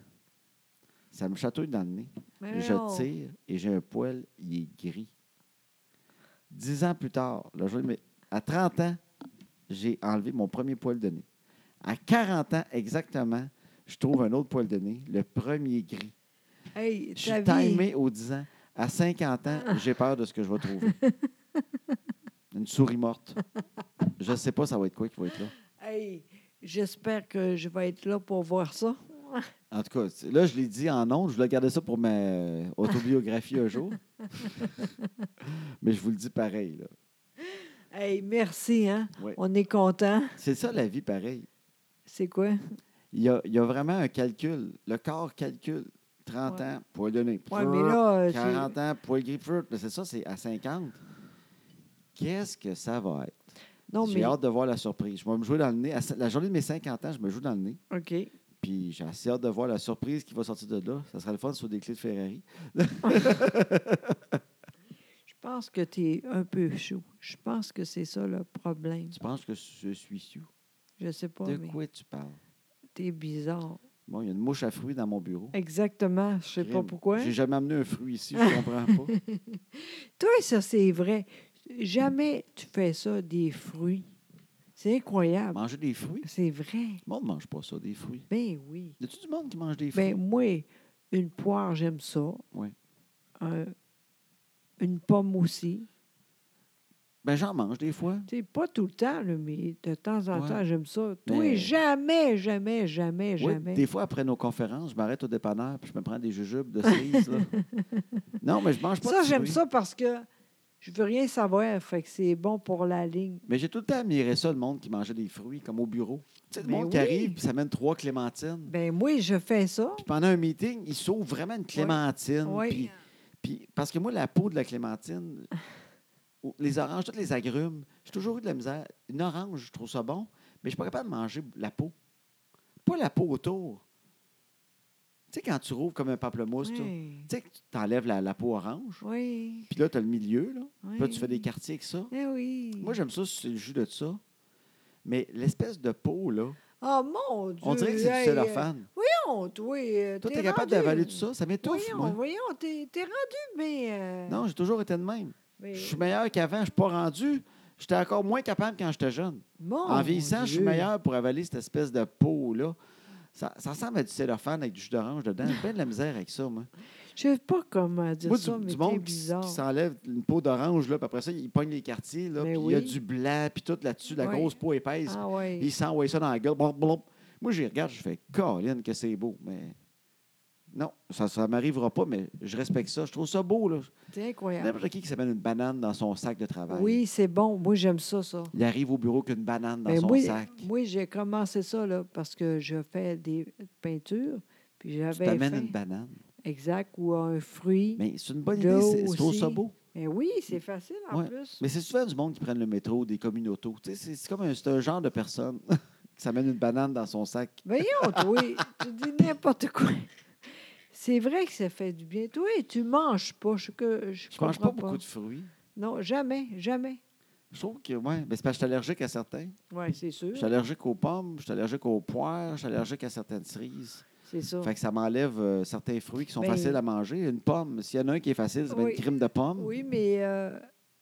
Speaker 1: ça me chatouille dans le nez.
Speaker 2: Mais
Speaker 1: je
Speaker 2: Oh non.
Speaker 1: tire et j'ai un poil, il est gris. Dix ans plus tard, la journée de mes- à 30 ans, j'ai enlevé mon premier poil de nez. À 40 ans exactement, je trouve un autre poil de nez, le premier gris.
Speaker 2: Hey,
Speaker 1: Je suis
Speaker 2: ta vie- Ah.
Speaker 1: timé aux 10 ans. À 50 ans, j'ai peur de ce que je vais trouver. Une souris morte. Je ne sais pas ça va être quoi qui va être là.
Speaker 2: Hey, j'espère que je vais être là pour voir ça.
Speaker 1: En tout cas, c'est- là, je l'ai dit en ondes. Je voulais garder ça pour ma euh, autobiographie un jour. Mais je vous le dis pareil. là.
Speaker 2: Hey, merci, hein?
Speaker 1: Ouais.
Speaker 2: On est content.
Speaker 1: C'est ça la vie pareil.
Speaker 2: C'est quoi?
Speaker 1: Il y, a, il y a vraiment un calcul. Le corps calcule. 30
Speaker 2: Ouais.
Speaker 1: ans, poil de nez.
Speaker 2: Ouais, mais là, euh,
Speaker 1: 40 ans, poil gris. fruit. Mais c'est ça, c'est à 50. Qu'est-ce que ça va être?
Speaker 2: c'est- Non,
Speaker 1: j'ai
Speaker 2: mais.
Speaker 1: hâte de voir la surprise. Je vais me jouer dans le nez. À ce- La journée de mes 50 ans, je me joue dans le nez.
Speaker 2: OK.
Speaker 1: Puis j'ai assez hâte de voir la surprise qui va sortir de là. Ça sera le fun sur des clés de Ferrari.
Speaker 2: Je pense que tu es un peu chou. Je pense que c'est ça le problème.
Speaker 1: Tu penses que je suis sous?
Speaker 2: Je sais pas,
Speaker 1: De
Speaker 2: mais
Speaker 1: quoi tu parles?
Speaker 2: tu es bizarre.
Speaker 1: Bon, il y a une mouche à fruits dans mon bureau.
Speaker 2: Exactement. Je sais pas
Speaker 1: Crime.
Speaker 2: pourquoi.
Speaker 1: J'ai jamais amené un fruit ici, je comprends pas.
Speaker 2: Toi, ça, c'est vrai. Jamais tu fais ça des fruits. C'est incroyable.
Speaker 1: Manger des fruits?
Speaker 2: C'est vrai.
Speaker 1: Le monde ne mange pas ça, des fruits.
Speaker 2: Ben oui.
Speaker 1: Y a-tu du monde qui mange des fruits?
Speaker 2: Ben moi, une poire, j'aime ça.
Speaker 1: Oui.
Speaker 2: Un- une pomme aussi.
Speaker 1: Ben, j'en mange des fois.
Speaker 2: Tu sais, pas tout le temps, là, mais de temps en
Speaker 1: Ouais.
Speaker 2: temps, j'aime ça.
Speaker 1: Mais-
Speaker 2: Oui, jamais, jamais, jamais,
Speaker 1: Oui,
Speaker 2: jamais.
Speaker 1: des fois, après nos conférences, je m'arrête au dépanneur puis je me prends des jujubes de cerise. là. non, mais je mange pas
Speaker 2: Ça,
Speaker 1: de
Speaker 2: j'aime
Speaker 1: fruits.
Speaker 2: ça parce que je veux rien savoir. Fait que c'est bon pour la ligne.
Speaker 1: Mais j'ai tout le temps admiré ça, le monde qui mangeait des fruits, comme au bureau. Tu sais, le
Speaker 2: Ben
Speaker 1: monde qui
Speaker 2: oui.
Speaker 1: arrive puis ça mène trois clémentines.
Speaker 2: Ben oui, je fais ça.
Speaker 1: Puis pendant un meeting, il sauve vraiment une clémentine.
Speaker 2: Oui.
Speaker 1: Puis, puis- parce que moi, la peau de la clémentine, ou les oranges, tous les agrumes, j'ai toujours eu de la misère. Une orange, je trouve ça bon, mais je suis pas capable de manger la peau. Pas la peau autour. Tu sais, quand tu rouvres comme un pamplemousse, tout.
Speaker 2: Oui.
Speaker 1: tu sais, que tu enlèves la, la peau orange,
Speaker 2: Oui.
Speaker 1: puis là, tu as le milieu, là. Puis là, tu
Speaker 2: oui.
Speaker 1: fais des quartiers avec ça.
Speaker 2: Eh oui.
Speaker 1: Moi, j'aime ça, c'est le jus de ça. Mais l'espèce de peau, là,
Speaker 2: Oh mon Dieu.
Speaker 1: on dirait que c'est du
Speaker 2: hey, euh,
Speaker 1: cellophane.
Speaker 2: voyons, toi. euh,
Speaker 1: Toi,
Speaker 2: t'es
Speaker 1: t'es capable
Speaker 2: rendu-
Speaker 1: d'avaler tout ça? Ça m'étouffe,
Speaker 2: Voyons,
Speaker 1: moi.
Speaker 2: voyons, t'es t'es rendu, mais. euh,
Speaker 1: Non, j'ai toujours été de même.
Speaker 2: mais-
Speaker 1: Je suis meilleur qu'avant. Je suis pas rendu. J'étais encore moins capable quand j'étais jeune.
Speaker 2: Oh, Mon
Speaker 1: en vieillissant, je suis
Speaker 2: Dieu.
Speaker 1: meilleur pour avaler cette espèce de peau-là. Ça, ça ressemble à du cellophane avec du jus d'orange dedans. J'ai bien de la misère avec ça, moi.
Speaker 2: Je sais pas comment dire
Speaker 1: Moi, du,
Speaker 2: ça, mais
Speaker 1: du
Speaker 2: t'es
Speaker 1: monde qui, s-
Speaker 2: bizarre.
Speaker 1: qui s'enlève une peau d'orange, là, puis après ça, il pogne les quartiers, là,
Speaker 2: Mais
Speaker 1: puis il y a
Speaker 2: Ben oui.
Speaker 1: du blanc, puis tout là-dessus, la
Speaker 2: Oui.
Speaker 1: grosse peau épaisse.
Speaker 2: Ah ouais.
Speaker 1: Il s'envoie ça dans la gueule. blop, blop. Moi, j'y regarde, je fais Caroline, que c'est beau, mais non, ça ne m'arrivera pas, mais je respecte ça. Je trouve ça beau. Là.
Speaker 2: C'est incroyable.
Speaker 1: N'importe qui qui s'amène une banane dans son sac de travail.
Speaker 2: Oui, Ben c'est bon. Moi, j'aime ça, ça.
Speaker 1: Il arrive au bureau qu'une banane dans
Speaker 2: Mais
Speaker 1: son
Speaker 2: moi,
Speaker 1: sac.
Speaker 2: moi, j'ai commencé ça là, parce que je fais des peintures, puis
Speaker 1: Tu
Speaker 2: j'avais
Speaker 1: t'amènes
Speaker 2: faim.
Speaker 1: une banane.
Speaker 2: exact ou un fruit. Mais,
Speaker 1: Mais c'est une bonne idée.
Speaker 2: Joe
Speaker 1: c'est- Je trouve ça
Speaker 2: aussi.
Speaker 1: beau.
Speaker 2: oui, c'est facile en
Speaker 1: Ouais.
Speaker 2: plus.
Speaker 1: Mais c'est souvent du monde qui prennent le métro, des communautaux. Tu sais, C'est c'est comme un, c'est un genre de personne qui s'amène une banane dans son sac.
Speaker 2: Voyons, toi, tu dis n'importe quoi. C'est vrai que ça fait du bien. Toi, tu manges pas. Je, que, je,
Speaker 1: Je ne mange pas
Speaker 2: comprends
Speaker 1: beaucoup de fruits.
Speaker 2: Non, jamais, jamais.
Speaker 1: Je trouve que, ouais, mais c'est parce que je suis allergique à certains.
Speaker 2: Oui, c'est sûr.
Speaker 1: Je suis allergique aux pommes, je suis allergique aux poires, je suis allergique à certaines cerises.
Speaker 2: C'est ça.
Speaker 1: Fait que ça m'enlève euh, certains fruits qui sont
Speaker 2: Ben-
Speaker 1: faciles à manger. Une pomme, s'il y en a un qui est facile, c'est bien
Speaker 2: Oui.
Speaker 1: une crème de pomme.
Speaker 2: Oui, mais euh,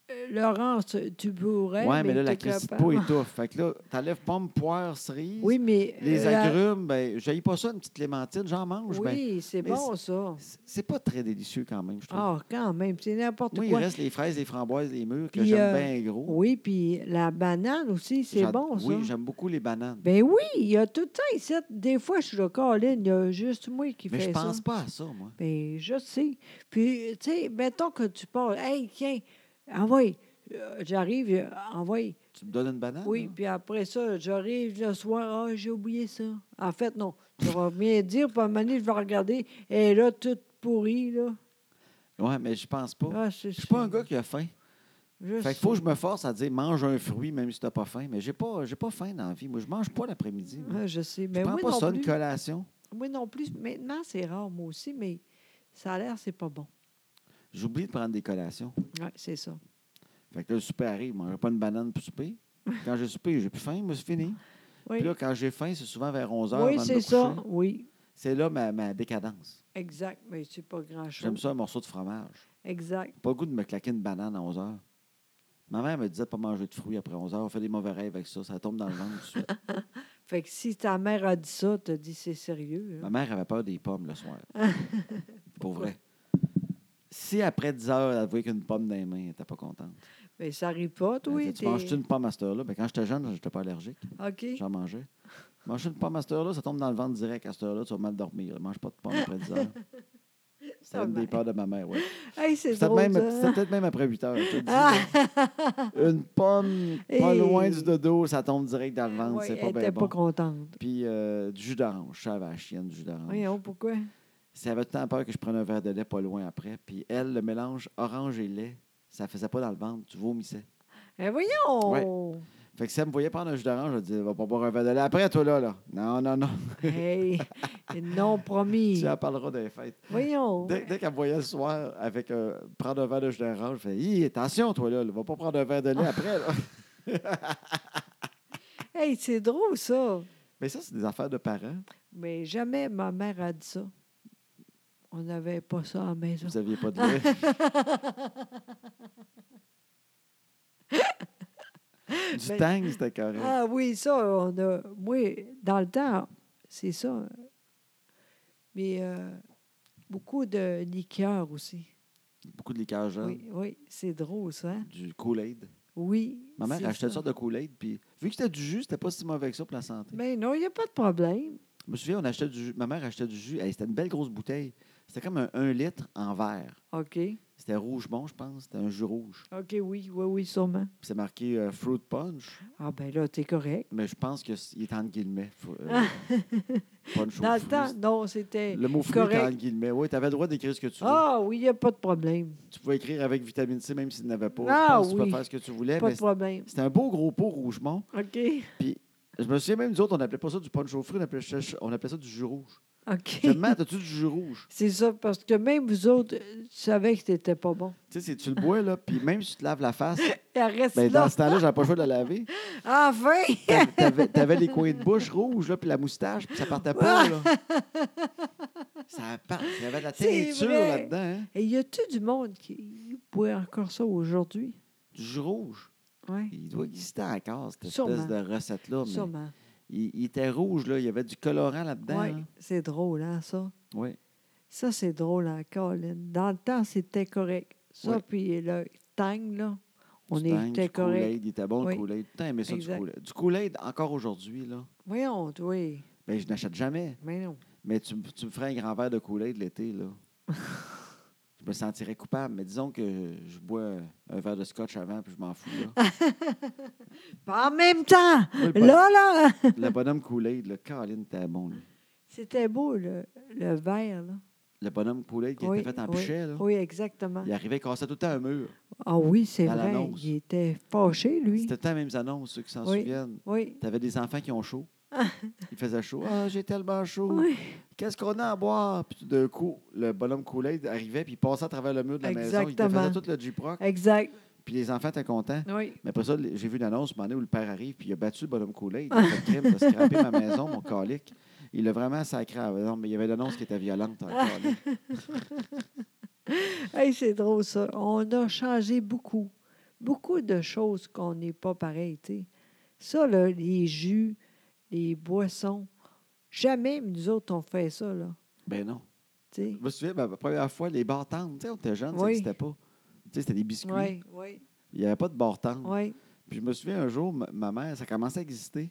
Speaker 2: euh, Laurence, tu
Speaker 1: Oui,
Speaker 2: bourrais.
Speaker 1: mais, là, la
Speaker 2: t'es
Speaker 1: crise pas
Speaker 2: capable.
Speaker 1: étouffe. Fait que là, t'enlèves pomme, poire, cerise,
Speaker 2: Oui, mais.
Speaker 1: les
Speaker 2: euh, la-
Speaker 1: agrumes, ben, j'aille pas ça, une petite clémentine, j'en mange, ben,
Speaker 2: Oui, c'est
Speaker 1: mais
Speaker 2: bon, ça.
Speaker 1: c'est- c'est pas très délicieux quand même, je trouve.
Speaker 2: Ah, quand même, c'est n'importe
Speaker 1: Moi, il
Speaker 2: quoi.
Speaker 1: reste les fraises, les framboises, les mûres que
Speaker 2: Puis,
Speaker 1: j'aime
Speaker 2: euh,
Speaker 1: bien gros.
Speaker 2: Oui, puis la banane aussi, c'est
Speaker 1: J'ad-
Speaker 2: bon, ça.
Speaker 1: Oui, j'aime beaucoup les bananes.
Speaker 2: ben oui, il y a tout ça ici. Des fois, je suis le Caroline, il y a juste moi qui
Speaker 1: Mais
Speaker 2: fais
Speaker 1: je
Speaker 2: ça.
Speaker 1: pense pas à ça, moi.
Speaker 2: Ben, je sais. Puis, tu sais, mettons que tu parles, hey, tiens, envoie. Euh, J'arrive, euh, envoie.
Speaker 1: Tu me donnes une banane?
Speaker 2: Oui,
Speaker 1: là?
Speaker 2: puis après ça, j'arrive le soir, ah, j'ai oublié ça. En fait, non. Je vais bien dire, puis à un moment donné, je vais regarder, et là, toute pourrie, là.
Speaker 1: Ouais, mais je pense pas.
Speaker 2: Ah, c'est
Speaker 1: Oh. Je suis pas un gars qui a faim.
Speaker 2: Je
Speaker 1: Fait
Speaker 2: sais.
Speaker 1: que faut que je me force à dire mange un fruit même si t'as pas faim. Mais j'ai pas, j'ai pas faim dans la vie. Moi, je mange pas l'après-midi. moi.
Speaker 2: Ah, je sais.
Speaker 1: Je
Speaker 2: Mais
Speaker 1: prends
Speaker 2: moi
Speaker 1: pas
Speaker 2: non
Speaker 1: ça
Speaker 2: plus.
Speaker 1: une collation.
Speaker 2: Moi non plus. Maintenant, c'est rare, moi aussi, mais ça a l'air, c'est pas bon.
Speaker 1: J'oublie de prendre des collations.
Speaker 2: Oui, c'est ça.
Speaker 1: Fait que là, le souper arrive, je mangerai pas une banane pour souper. Quand j'ai soupé, j'ai plus faim, moi, c'est fini.
Speaker 2: Oui,
Speaker 1: Puis là, quand j'ai faim, c'est souvent vers 11 h
Speaker 2: oui c'est ça. Oui,
Speaker 1: C'est là ma, ma décadence.
Speaker 2: exact. Mais c'est pas
Speaker 1: J'aime
Speaker 2: grand-chose.
Speaker 1: ça, un morceau de fromage.
Speaker 2: Exact.
Speaker 1: Pas le goût de me claquer une banane à 11 h Ma mère me disait de pas manger de fruits après 11 h On fait des mauvais rêves avec ça. Ça tombe dans le ventre tout de suite.
Speaker 2: Fait que si ta mère a dit ça, t'as dit c'est sérieux.
Speaker 1: Ma
Speaker 2: hein?
Speaker 1: mère avait peur des pommes le soir. Pour vrai. Si après 10 heures, elle voyait qu'une pomme dans les mains, elle n'était pas contente.
Speaker 2: Mais ça arrive pas,
Speaker 1: Elle
Speaker 2: toi.
Speaker 1: disait, Ben, tu
Speaker 2: t'es-
Speaker 1: manges une pomme à cette heure-là? Ben, quand j'étais jeune, je n'étais pas allergique.
Speaker 2: OK.
Speaker 1: J'en mangeais. Mange une pomme à cette heure-là, ça tombe dans le ventre direct. À cette heure-là, tu vas mal dormir. Ne mange pas de pomme après 10 heures. C'était
Speaker 2: Ta
Speaker 1: une des
Speaker 2: mère.
Speaker 1: peurs de ma mère, oui.
Speaker 2: Hey, c'est
Speaker 1: C'était
Speaker 2: drôle,
Speaker 1: même-
Speaker 2: ça, hein?
Speaker 1: c'était peut-être même après 8 heures. je te le dis,
Speaker 2: Ah!
Speaker 1: Une pomme pas
Speaker 2: Et-
Speaker 1: loin du dodo, ça tombe direct dans le ventre.
Speaker 2: Ouais,
Speaker 1: c'est
Speaker 2: elle
Speaker 1: pas bien
Speaker 2: était
Speaker 1: bon.
Speaker 2: pas contente.
Speaker 1: Puis euh, du jus d'orange. Ça, elle avait la chienne, du jus d'orange.
Speaker 2: Voyons, pourquoi?
Speaker 1: Ça avait tant peur que je prenne un verre de lait pas loin après. Puis elle, le mélange orange et lait, ça faisait pas dans le ventre, tu vomissais.
Speaker 2: Eh, voyons!
Speaker 1: Fait que si elle me voyait prendre un jus d'orange, elle disait Va pas boire un verre de lait après, toi, là. là. Non, non, non.
Speaker 2: Hey, non promis.
Speaker 1: Tu en parleras des fêtes.
Speaker 2: Voyons.
Speaker 1: Dès, dès qu'elle me voyait le soir avec euh, prendre un verre de jus d'orange, je fais Hi, attention, toi, là, là, va pas prendre un verre de lait
Speaker 2: Ah.
Speaker 1: après, là.
Speaker 2: Hey, c'est drôle, ça.
Speaker 1: Mais ça, c'est des affaires de parents.
Speaker 2: Mais jamais ma mère a dit ça. On n'avait pas ça à la maison.
Speaker 1: Vous aviez pas de lait. du
Speaker 2: Mais-
Speaker 1: tang, c'était correct.
Speaker 2: Ben Ah oui, ça, on a. Moi, dans le temps, c'est ça. Mais euh, beaucoup de liqueurs aussi.
Speaker 1: Beaucoup de liqueur jaune,
Speaker 2: Oui, oui, c'est drôle, ça. hein?
Speaker 1: du Kool-Aid.
Speaker 2: Oui.
Speaker 1: Ma mère
Speaker 2: c'est
Speaker 1: achetait une
Speaker 2: ça.
Speaker 1: sorte de Kool-Aid, puis vu que c'était du jus, c'était pas si mauvais que ça pour la santé.
Speaker 2: Mais non, il n'y a pas de problème.
Speaker 1: Je me souviens, on achetait du jus. Ma mère achetait du jus. Hey, c'était une belle grosse bouteille. C'était comme un 1 litre en verre.
Speaker 2: OK.
Speaker 1: C'était rouge bon, je pense. C'était un jus rouge.
Speaker 2: OK, oui, oui, oui, sûrement.
Speaker 1: Puis c'est marqué euh, Fruit Punch,
Speaker 2: Ah, ben là, t'es correct.
Speaker 1: mais je pense qu'il est en guillemets. Fru- euh, punch aux
Speaker 2: Dans le
Speaker 1: fruits.
Speaker 2: temps, non, c'était.
Speaker 1: Le mot fruit était en
Speaker 2: correct.
Speaker 1: guillemets. Oui, tu avais le droit d'écrire ce que tu veux.
Speaker 2: Ah oui, il n'y a pas de problème.
Speaker 1: Tu pouvais écrire avec vitamine C, même s'il n'avait pas.
Speaker 2: Ah,
Speaker 1: je pense que tu
Speaker 2: oui.
Speaker 1: pouvais faire ce que tu voulais.
Speaker 2: Pas
Speaker 1: mais
Speaker 2: de problème.
Speaker 1: c'était un beau gros pot rougemont.
Speaker 2: OK.
Speaker 1: Je me souviens même, nous autres, on n'appelait pas ça du punch aux fruits, on appelait, ça- on appelait ça du jus rouge.
Speaker 2: OK.
Speaker 1: Finalement, as-tu du jus rouge?
Speaker 2: C'est ça, parce que même vous autres, euh, tu savais que t'étais pas bon.
Speaker 1: Tu sais, c'est- tu le bois, là, puis même si tu te laves la face,
Speaker 2: Et elle reste
Speaker 1: ben,
Speaker 2: là.
Speaker 1: dans ce temps-là, j'avais pas le choix de la laver.
Speaker 2: Enfin!
Speaker 1: T'avais- T'avais t'avais les coins de bouche rouges, là, puis la moustache, puis ça partait pas, là. Ça part. Il y avait de la
Speaker 2: C'est
Speaker 1: teinture
Speaker 2: vrai.
Speaker 1: là-dedans, hein?
Speaker 2: Et y a-tu du monde qui boit encore ça aujourd'hui?
Speaker 1: Du jus rouge.
Speaker 2: Oui.
Speaker 1: Il doit exister encore, cette espèce
Speaker 2: Sûrement.
Speaker 1: de recette-là. mais
Speaker 2: Sûrement.
Speaker 1: Il, il était rouge, là. Il y avait du colorant
Speaker 2: Oui.
Speaker 1: là-dedans. hein.
Speaker 2: Ben, C'est drôle, hein, ça?
Speaker 1: Oui.
Speaker 2: Ça, c'est drôle encore. là. Dans le temps, c'était correct. Ça,
Speaker 1: Oui.
Speaker 2: puis euh, le tang, là, on
Speaker 1: Du Tang,
Speaker 2: était
Speaker 1: du Kool-Aid,
Speaker 2: correct.
Speaker 1: Il était bon,
Speaker 2: Oui.
Speaker 1: le Kool-Aid. Putain, mais ça, du
Speaker 2: Exact.
Speaker 1: Kool-Aid. Du Kool-Aid, encore aujourd'hui, là.
Speaker 2: Voyons, oui.
Speaker 1: Ben, je n'achète jamais.
Speaker 2: Mais non.
Speaker 1: Mais tu, m- tu me ferais un grand verre de coulée de l'été, là. je me sentirais coupable. Mais disons que je bois un verre de scotch avant, puis je m'en fous, là.
Speaker 2: Pas en même temps!
Speaker 1: Moi, le, bon-
Speaker 2: Là, là! hein.
Speaker 1: le bonhomme coulé, le Caroline, t'es bon, lui.
Speaker 2: C'était beau, le, le verre, là.
Speaker 1: Le bonhomme coulé qui
Speaker 2: Oui,
Speaker 1: était fait en
Speaker 2: oui,
Speaker 1: pichet, là.
Speaker 2: Oui, exactement.
Speaker 1: Il arrivait, il cassait tout le temps un mur.
Speaker 2: Ah oui, c'est
Speaker 1: Dans
Speaker 2: vrai.
Speaker 1: l'annonce.
Speaker 2: Il était fâché, lui.
Speaker 1: C'était tout le temps les mêmes annonces, ceux qui s'en
Speaker 2: Oui.
Speaker 1: souviennent.
Speaker 2: Oui.
Speaker 1: T'avais des enfants qui ont chaud. Il faisait chaud. Ah, j'ai tellement chaud.
Speaker 2: Oui,
Speaker 1: Qu'est-ce qu'on a à boire? Puis tout d'un coup, le bonhomme Kool-Aid arrivait, puis il passait à travers le mur de la maison. Il
Speaker 2: Exactement.
Speaker 1: faisait tout le J-Proc,
Speaker 2: exact.
Speaker 1: puis les enfants étaient contents.
Speaker 2: Oui.
Speaker 1: Mais après ça, les- j'ai vu une annonce, un moment donné, où le père arrive, puis il a battu le bonhomme Kool-Aid. Il a fait crime, il a scrappé ma maison, mon colique. Il l'a vraiment sacré. à la maison, mais il y avait l'annonce qui était violente. encore, là.
Speaker 2: Hey, c'est drôle, ça. On a changé beaucoup. Beaucoup de choses qu'on n'est pas pareil, tu sais. Ça, là, les jus, les boissons. Jamais, nous autres, on fait ça, là.
Speaker 1: Ben non.
Speaker 2: Tu sais.
Speaker 1: Je me souviens, ben, la première fois, les bars tendres, tu sais, on était jeunes, ça
Speaker 2: Oui.
Speaker 1: n'existait pas. Tu sais, c'était des biscuits.
Speaker 2: Oui, oui,
Speaker 1: Il n'y avait pas de bar tendre.
Speaker 2: oui.
Speaker 1: Puis je me souviens, un jour, ma- ma mère, ça commençait à exister.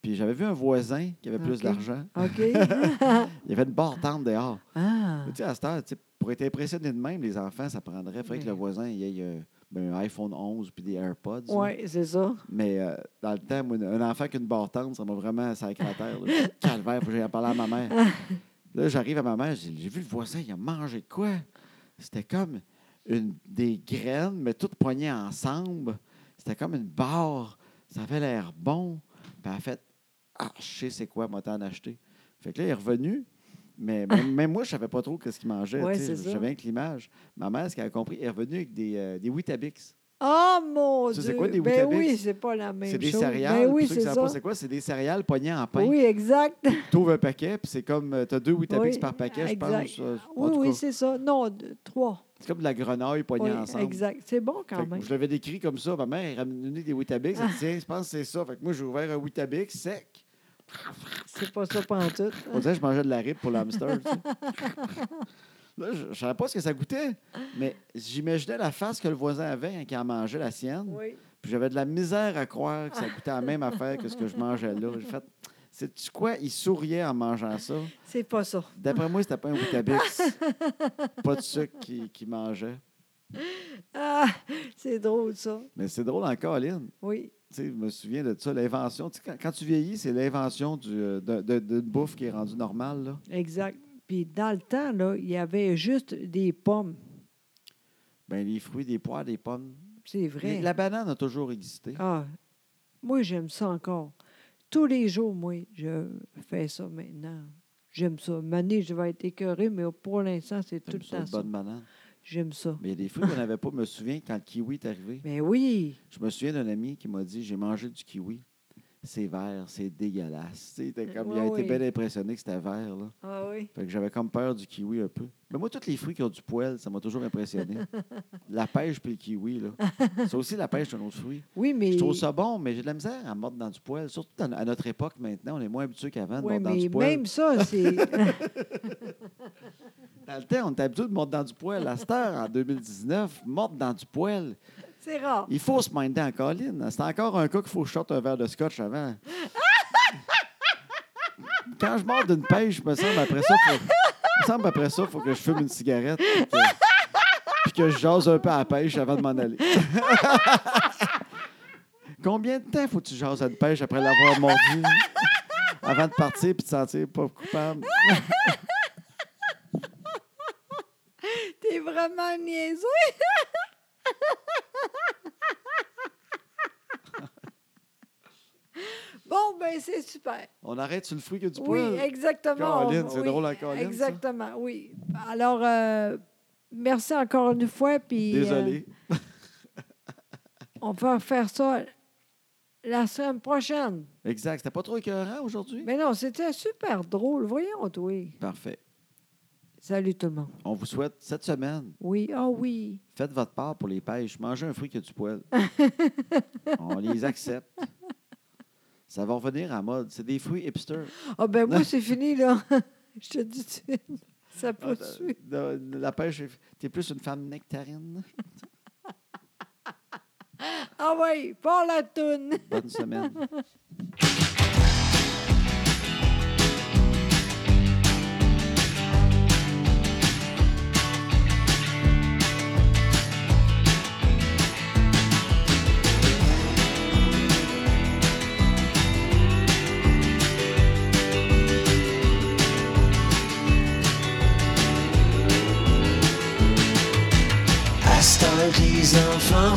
Speaker 1: Puis j'avais vu un voisin qui avait plus
Speaker 2: Ok.
Speaker 1: d'argent.
Speaker 2: OK.
Speaker 1: Il y avait une barre tendre dehors.
Speaker 2: ah.
Speaker 1: Mais Tu sais, à cette heure, tu sais, pour être impressionné de même, les enfants, ça prendrait. Il faudrait que
Speaker 2: Mais-
Speaker 1: le voisin il ait euh, ben, un iPhone 11 puis des AirPods. là.
Speaker 2: Oui, c'est ça.
Speaker 1: Mais euh, dans le temps, moi, un enfant qui a une barre tendre, ça m'a vraiment sacré la terre. là. Calvaire, faut que j'aille en parler à ma mère.
Speaker 2: Ah.
Speaker 1: Là, j'arrive à ma mère, je dis, j'ai vu le voisin, il a mangé de quoi? C'était comme une, des graines, mais toutes poignées ensemble. C'était comme une barre. Ça avait l'air bon. Puis elle a fait, ah, je sais c'est quoi, moi, t'en acheter. Fait que là, il est revenu. Mais même, même moi, je savais pas trop qu'est-ce qu'il mangeait.
Speaker 2: Ah. Ouais,
Speaker 1: tu sais,
Speaker 2: c'est ça.
Speaker 1: J'avais rien que l'image. Ma mère, ce qu'elle a compris, elle est revenue avec des, euh, des Weetabix.
Speaker 2: Ah, mon
Speaker 1: Ça,
Speaker 2: Dieu!
Speaker 1: c'est quoi, des
Speaker 2: ben
Speaker 1: Weetabix?
Speaker 2: oui, c'est pas la même
Speaker 1: C'est
Speaker 2: chose.
Speaker 1: des céréales.
Speaker 2: Ben oui,
Speaker 1: pour ceux qui
Speaker 2: c'est
Speaker 1: savent pas
Speaker 2: ça.
Speaker 1: c'est quoi? C'est des céréales poignées en pain.
Speaker 2: Oui, exact.
Speaker 1: Tu ouvres un paquet, puis c'est comme. Tu as deux Weetabix
Speaker 2: Oui,
Speaker 1: par paquet, je
Speaker 2: exact.
Speaker 1: pense. euh, en
Speaker 2: Oui,
Speaker 1: tout
Speaker 2: oui,
Speaker 1: cas.
Speaker 2: c'est ça. Non, deux, trois.
Speaker 1: c'est comme de la grenouille poignée
Speaker 2: Oui,
Speaker 1: ensemble.
Speaker 2: exact. C'est bon
Speaker 1: Fait
Speaker 2: quand
Speaker 1: que
Speaker 2: même.
Speaker 1: je l'avais décrit comme ça. Ma mère, elle ramenait des Weetabix. Elle dit Tiens, je pense que c'est ça. Fait que moi, j'ai ouvert un Weetabix sec.
Speaker 2: C'est pas ça pantoute.
Speaker 1: On dirait que je mangeais de la rip pour l'hamster. tu sais. Là, je ne savais pas ce que ça goûtait, mais j'imaginais la face que le voisin avait hein, quand il mangeait la sienne.
Speaker 2: Oui.
Speaker 1: Puis j'avais de la misère à croire que ça goûtait la même affaire que ce que je mangeais là. J'ai fait Sais-tu quoi Il souriait en mangeant ça.
Speaker 2: C'est pas ça.
Speaker 1: D'après moi, c'était pas un Weetabix. pas de sucre qui, qui mangeait.
Speaker 2: Ah, c'est drôle ça.
Speaker 1: Mais c'est drôle encore, Lynn.
Speaker 2: Oui.
Speaker 1: Tu sais, je me souviens de ça, l'invention. Tu sais, Quand, quand tu vieillis, c'est l'invention du, euh, de- de- d'une bouffe qui est rendue normale. Là.
Speaker 2: Exact. Puis dans le temps, là, il y avait juste des pommes.
Speaker 1: Ben, les fruits, des poires, des pommes.
Speaker 2: C'est vrai.
Speaker 1: Les- La banane a toujours existé.
Speaker 2: Ah, moi, j'aime ça encore. Tous les jours, moi, je fais ça maintenant. J'aime ça. Mané, je vais être écœurée, mais pour l'instant, c'est tout
Speaker 1: T'aimes
Speaker 2: le
Speaker 1: ça,
Speaker 2: temps
Speaker 1: de
Speaker 2: ça.
Speaker 1: bonne banane.
Speaker 2: J'aime ça.
Speaker 1: Mais il y a des fruits qu'on n'avait pas. Je me souviens quand le kiwi est arrivé.
Speaker 2: Mais oui,
Speaker 1: Je me souviens d'un ami qui m'a dit J'ai mangé du kiwi. C'est vert, c'est dégueulasse. Tu sais, il était comme, il a
Speaker 2: Ouais,
Speaker 1: été
Speaker 2: ouais.
Speaker 1: bien impressionné que c'était vert. Là.
Speaker 2: ah oui,
Speaker 1: Fait que j'avais comme peur du kiwi un peu. Mais moi, tous les fruits qui ont du poil, ça m'a toujours impressionné. la pêche puis le kiwi, là. Ça aussi, la pêche, c'est un autre fruit.
Speaker 2: oui, mais
Speaker 1: Je trouve ça bon, mais j'ai de la misère à mordre dans du poil. Surtout dans- à notre époque maintenant, on est moins habitué qu'avant de
Speaker 2: Ouais,
Speaker 1: mordre dans
Speaker 2: mais
Speaker 1: du poil.
Speaker 2: même ça, c'est
Speaker 1: Dans le temps, on était habitué de mordre dans du poil. À cette heure, en 2019, mordre dans du poil.
Speaker 2: c'est rare.
Speaker 1: Il faut se minder en colline. C'est encore un cas qu'il faut que je sorte un verre de scotch avant. Quand je mords d'une pêche, je me semble après ça, faut, me semble après ça, faut que je fume une cigarette. Puis que, puis que je jase un peu à la pêche avant de m'en aller. Combien de temps faut que tu jases à une pêche après l'avoir mordu? Avant de partir puis de te sentir pas coupable.
Speaker 2: T'es vraiment niaiseux. bon, ben c'est super.
Speaker 1: On arrête sur le fruit que du
Speaker 2: Oui,
Speaker 1: poil.
Speaker 2: exactement.
Speaker 1: Caroline, c'est
Speaker 2: Oui,
Speaker 1: drôle en Caroline, ça.
Speaker 2: Exactement, oui. Alors, euh, merci encore une fois. Puis,
Speaker 1: Désolé.
Speaker 2: euh, on va faire ça la semaine prochaine.
Speaker 1: Exact. C'était pas trop écœurant aujourd'hui?
Speaker 2: Mais non, c'était super drôle. Voyons, oui.
Speaker 1: Parfait.
Speaker 2: Salut tout le monde.
Speaker 1: On vous souhaite cette semaine
Speaker 2: Oui, ah oui.
Speaker 1: Faites votre part pour les pêches. Mangez un fruit qui a du poil. On les accepte. Ça va revenir en mode. C'est des fruits hipster.
Speaker 2: Ah ben moi, c'est fini, là. Je te dis tout de suite. Ça
Speaker 1: Ah,
Speaker 2: poursuit.
Speaker 1: la, la pêche, est- t'es plus une femme nectarine.
Speaker 2: Ah oui, pour la toune.
Speaker 1: Bonne semaine.
Speaker 3: Les enfants